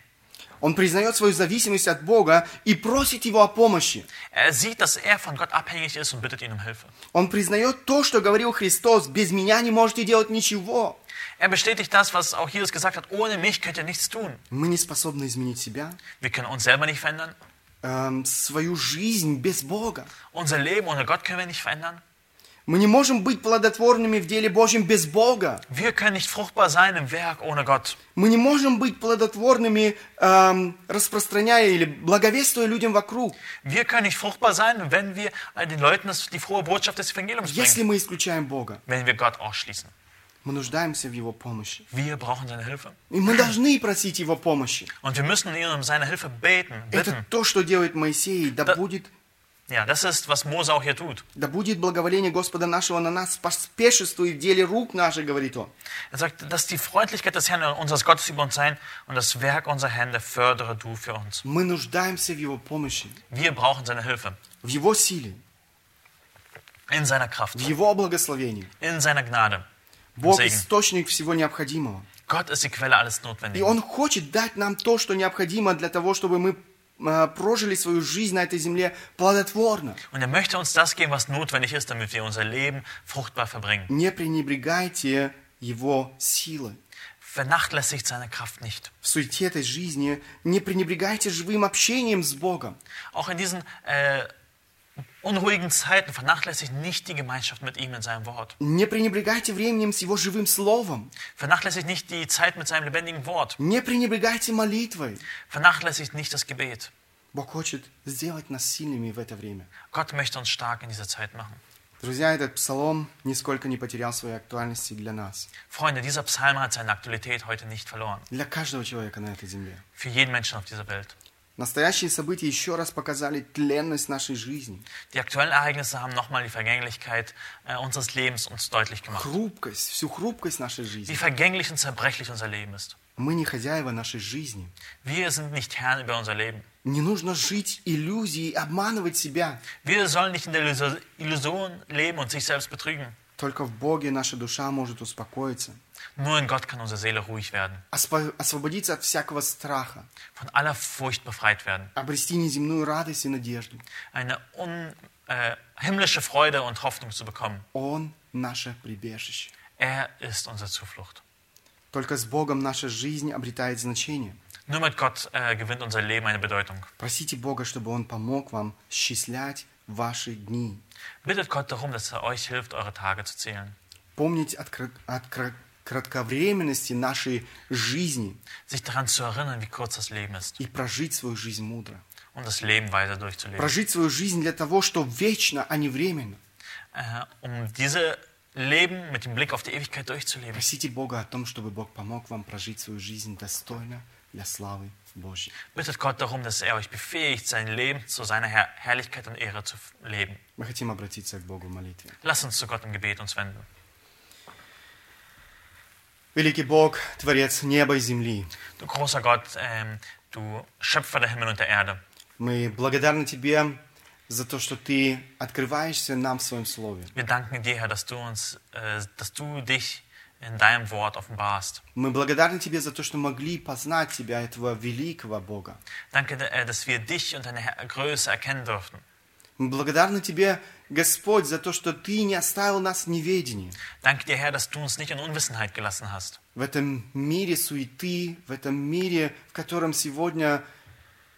[SPEAKER 1] Он признает свою зависимость от Бога и просит Его о помощи.
[SPEAKER 2] Er sieht, dass er von Gott abhängig ist und bittet ihn um Hilfe.
[SPEAKER 1] Он признает то, что говорил Христос, «Без меня не можете делать ничего».
[SPEAKER 2] Er bestätigt das, was auch Jesus gesagt hat, ohne mich könnt ihr nichts tun.
[SPEAKER 1] Мы не способны изменить себя,
[SPEAKER 2] Wir können uns selber nicht verändern,
[SPEAKER 1] эм, свою жизнь без Бога.
[SPEAKER 2] unser Leben ohne Gott können wir nicht verändern.
[SPEAKER 1] Мы не можем быть плодотворными в деле Божьем без Бога.
[SPEAKER 2] Wir können nicht fruchtbar sein im Werk ohne Gott.
[SPEAKER 1] Мы не можем быть плодотворными, эм, распространяя или благовествуя людям вокруг,
[SPEAKER 2] Wir können nicht fruchtbar sein, wenn wir all den Leuten das, die frohe Botschaft des Evangeliums
[SPEAKER 1] если
[SPEAKER 2] bringen,
[SPEAKER 1] мы исключаем Бога.
[SPEAKER 2] wenn wir Gott ausschließen.
[SPEAKER 1] Мы нуждаемся в Его помощи.
[SPEAKER 2] Wir brauchen seine Hilfe.
[SPEAKER 1] И мы должны просить Его помощи.
[SPEAKER 2] Und wir müssen ihn um seine Hilfe beten,
[SPEAKER 1] Это
[SPEAKER 2] bitten.
[SPEAKER 1] то, что делает Моисей. Да
[SPEAKER 2] Да-
[SPEAKER 1] будет,
[SPEAKER 2] Ja, das ist, was Mose auch hier tut.
[SPEAKER 1] да будет благоволение Господа нашего на нас, поспешествуй в деле рук наших, говорит он.
[SPEAKER 2] Er sagt, dass die Freundlichkeit des Herrn unseres Gottes über uns sein und das Werk unserer Hände fördere du für uns.
[SPEAKER 1] Мы нуждаемся в Его помощи,
[SPEAKER 2] Wir brauchen seine Hilfe
[SPEAKER 1] в Его силе,
[SPEAKER 2] in seiner Kraft,
[SPEAKER 1] в Его благословении.
[SPEAKER 2] in seiner Gnade. im
[SPEAKER 1] Бог –
[SPEAKER 2] Segen.
[SPEAKER 1] источник всего необходимого.
[SPEAKER 2] Gott ist die Quelle alles
[SPEAKER 1] И
[SPEAKER 2] Notwendigen.
[SPEAKER 1] Он хочет дать нам то, что необходимо для того, чтобы мы э, прожили свою жизнь на этой земле плодотворно.
[SPEAKER 2] Und er möchte uns das geben, was notwendig ist, damit wir unser Leben fruchtbar verbringen.
[SPEAKER 1] Не пренебрегайте Его силы.
[SPEAKER 2] Vernachlässigt seine Kraft nicht.
[SPEAKER 1] В суете этой жизни не пренебрегайте живым общением с Богом.
[SPEAKER 2] Auch in diesen äh, unruhigen Zeiten vernachlässigt nicht die Gemeinschaft mit ihm in seinem Wort.
[SPEAKER 1] Не пренебрегайте временем с Его живым словом.
[SPEAKER 2] Vernachlässigt nicht die Zeit mit seinem lebendigen Wort.
[SPEAKER 1] Не пренебрегайте молитвой.
[SPEAKER 2] Vernachlässigt nicht das Gebet.
[SPEAKER 1] Бог хочет сделать нас сильными в это время.
[SPEAKER 2] Gott möchte uns stark in dieser Zeit machen.
[SPEAKER 1] Друзья, этот псалом нисколько не потерял своей актуальности для нас,
[SPEAKER 2] Freunde, dieser Psalm hat seine Aktualität heute nicht verloren.
[SPEAKER 1] для каждого человека на этой земле.
[SPEAKER 2] Für jeden Menschen auf dieser Welt.
[SPEAKER 1] Настоящие события еще раз показали тленность нашей жизни,
[SPEAKER 2] Die aktuellen Ereignisse haben nochmal die Vergänglichkeit äh, unseres Lebens uns deutlich gemacht.
[SPEAKER 1] хрупкость, всю хрупкость нашей
[SPEAKER 2] Wie
[SPEAKER 1] жизни.
[SPEAKER 2] vergänglich und zerbrechlich unser Leben ist.
[SPEAKER 1] Мы не хозяева нашей жизни.
[SPEAKER 2] Wir sind nicht Herren über unser Leben.
[SPEAKER 1] Не нужно жить иллюзией, обманывать себя.
[SPEAKER 2] Wir sollen nicht in der Illus- Illusion leben und sich selbst betrügen.
[SPEAKER 1] Только в Боге наша душа может успокоиться,
[SPEAKER 2] Nur in Gott kann unsere Seele ruhig werden,
[SPEAKER 1] осво- освободиться от всякого страха,
[SPEAKER 2] von aller Furcht befreit werden.
[SPEAKER 1] обрести неземную радость и надежду.
[SPEAKER 2] Eine un, äh, himmlische Freude und Hoffnung zu bekommen.
[SPEAKER 1] Он – наше прибежище.
[SPEAKER 2] Er ist unsere Zuflucht.
[SPEAKER 1] Только с Богом наша жизнь обретает значение.
[SPEAKER 2] Nur mit Gott äh, gewinnt unser Leben eine Bedeutung.
[SPEAKER 1] Просите Бога, чтобы Он помог вам счислять ваши дни.
[SPEAKER 2] Bittet Gott darum, dass er euch hilft, eure Tage zu zählen.
[SPEAKER 1] Помнить от, крат- от кра- кратковременности нашей жизни
[SPEAKER 2] Sich daran zu erinnern, wie kurz das Leben ist.
[SPEAKER 1] и прожить свою жизнь мудро.
[SPEAKER 2] Um das Leben weiter durchzuleben.
[SPEAKER 1] Прожить свою жизнь для того, что вечно, а не временно.
[SPEAKER 2] äh, um diese Leben mit dem Blick auf die Ewigkeit durchzuleben.
[SPEAKER 1] Просите Бога о том, чтобы Бог помог вам прожить свою жизнь достойно для славы Божьей.
[SPEAKER 2] Bittet Gott darum, dass er euch befähigt, sein Leben zu seiner Herr Herrlichkeit und Ehre zu f- leben.
[SPEAKER 1] Мы хотим обратиться к Богу в молитве.
[SPEAKER 2] Lasst uns zu Gott im Gebet uns wenden.
[SPEAKER 1] Великий Бог, Творец неба и земли,
[SPEAKER 2] Du großer Gott, ähm, du Schöpfer der Himmel und der Erde,
[SPEAKER 1] мы благодарны Тебе за то, что Ты открываешься нам в Своем Слове.
[SPEAKER 2] wir danken dir, Herr, dass du uns, äh, dass du dich in deinem Wort offenbarst.
[SPEAKER 1] Мы благодарны Тебе за то, что могли познать Тебя, этого великого Бога.
[SPEAKER 2] Danke, äh, dass wir dich und deine Her- Größe erkennen durften.
[SPEAKER 1] Мы благодарны Тебе, Господь, за то, что Ты не оставил нас в неведении.
[SPEAKER 2] Danke dir, Herr, dass du uns nicht in Unwissenheit gelassen hast.
[SPEAKER 1] В этом мире суеты, в этом мире, в котором сегодня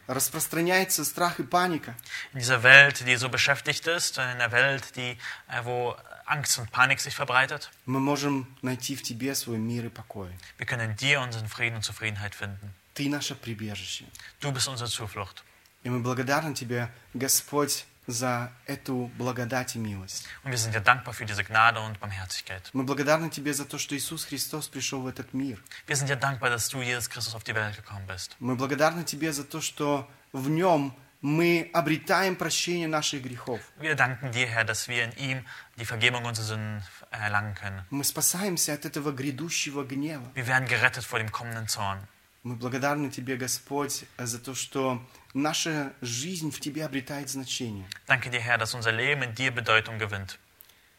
[SPEAKER 1] распространяется страх и паника.
[SPEAKER 2] In dieser Welt, die so beschäftigt ist, in einer Welt, die, äh, wo Angst und Panik sich verbreitet,
[SPEAKER 1] Мы можем найти в Тебе свой мир и покой.
[SPEAKER 2] wir können in dir unseren Frieden und Zufriedenheit finden.
[SPEAKER 1] Ты наше прибежище.
[SPEAKER 2] Du bist unsere Zuflucht.
[SPEAKER 1] И мы благодарны Тебе, Господь, за эту благодать и милость.
[SPEAKER 2] Und wir sind dir dankbar für diese Gnade und Barmherzigkeit.
[SPEAKER 1] Мы благодарны Тебе за то, что Иисус Христос пришел в этот мир.
[SPEAKER 2] Wir sind dir dankbar, dass du, Jesus Christus, auf die Welt gekommen bist.
[SPEAKER 1] Мы благодарны Тебе за то, что в Нем мы обретаем прощение наших грехов.
[SPEAKER 2] Wir danken dir, Herr, dass wir in ihm die Vergebung unserer Sünden erlangen können.
[SPEAKER 1] Мы спасаемся от этого грядущего гнева.
[SPEAKER 2] Wir werden gerettet vor dem kommenden Zorn.
[SPEAKER 1] Мы благодарны Тебе, Господь, за то, что наша жизнь в Тебе обретает значение.
[SPEAKER 2] Danke dir, Herr, dass unser Leben in dir Bedeutung gewinnt.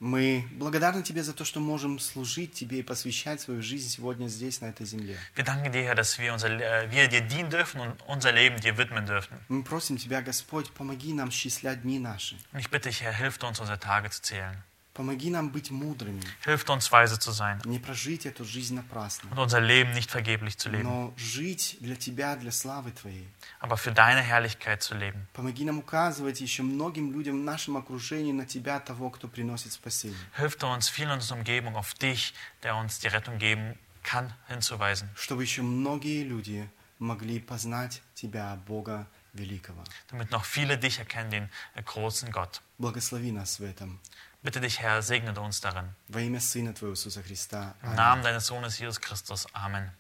[SPEAKER 1] Мы благодарны Тебе за то, что можем служить Тебе и посвящать свою жизнь сегодня здесь, на этой земле.
[SPEAKER 2] Wir danken dir, Herr, dass wir, unser, äh, wir dir dienen dürfen und unser Leben dir widmen dürfen.
[SPEAKER 1] Мы просим Тебя, Господь, помоги нам счислять дни наши.
[SPEAKER 2] Und ich bitte dich, Herr, hilf uns, unsere Tage zu zählen.
[SPEAKER 1] Помоги нам быть мудрыми,
[SPEAKER 2] Hilf uns, weise zu sein
[SPEAKER 1] не прожить эту жизнь напрасно,
[SPEAKER 2] und unser Leben nicht vergeblich zu leben,
[SPEAKER 1] но жить для Тебя, для славы Твоей.
[SPEAKER 2] aber für deine Herrlichkeit zu leben.
[SPEAKER 1] Помоги нам указывать еще многим людям в нашем окружении на Тебя, того, кто приносит спасение,
[SPEAKER 2] Hilf uns, vielen in unserer Umgebung auf dich, der uns die Rettung geben kann, hinzuweisen,
[SPEAKER 1] чтобы еще многие люди могли познать Тебя, Бога Великого.
[SPEAKER 2] damit noch viele dich erkennen, den äh, großen Gott.
[SPEAKER 1] Благослови нас в этом.
[SPEAKER 2] Bitte dich, Herr, segne uns darin.
[SPEAKER 1] Во имя Сына Твоего Иисуса Христа.
[SPEAKER 2] Im Namen deines Sohnes Jesus Christus. Amen.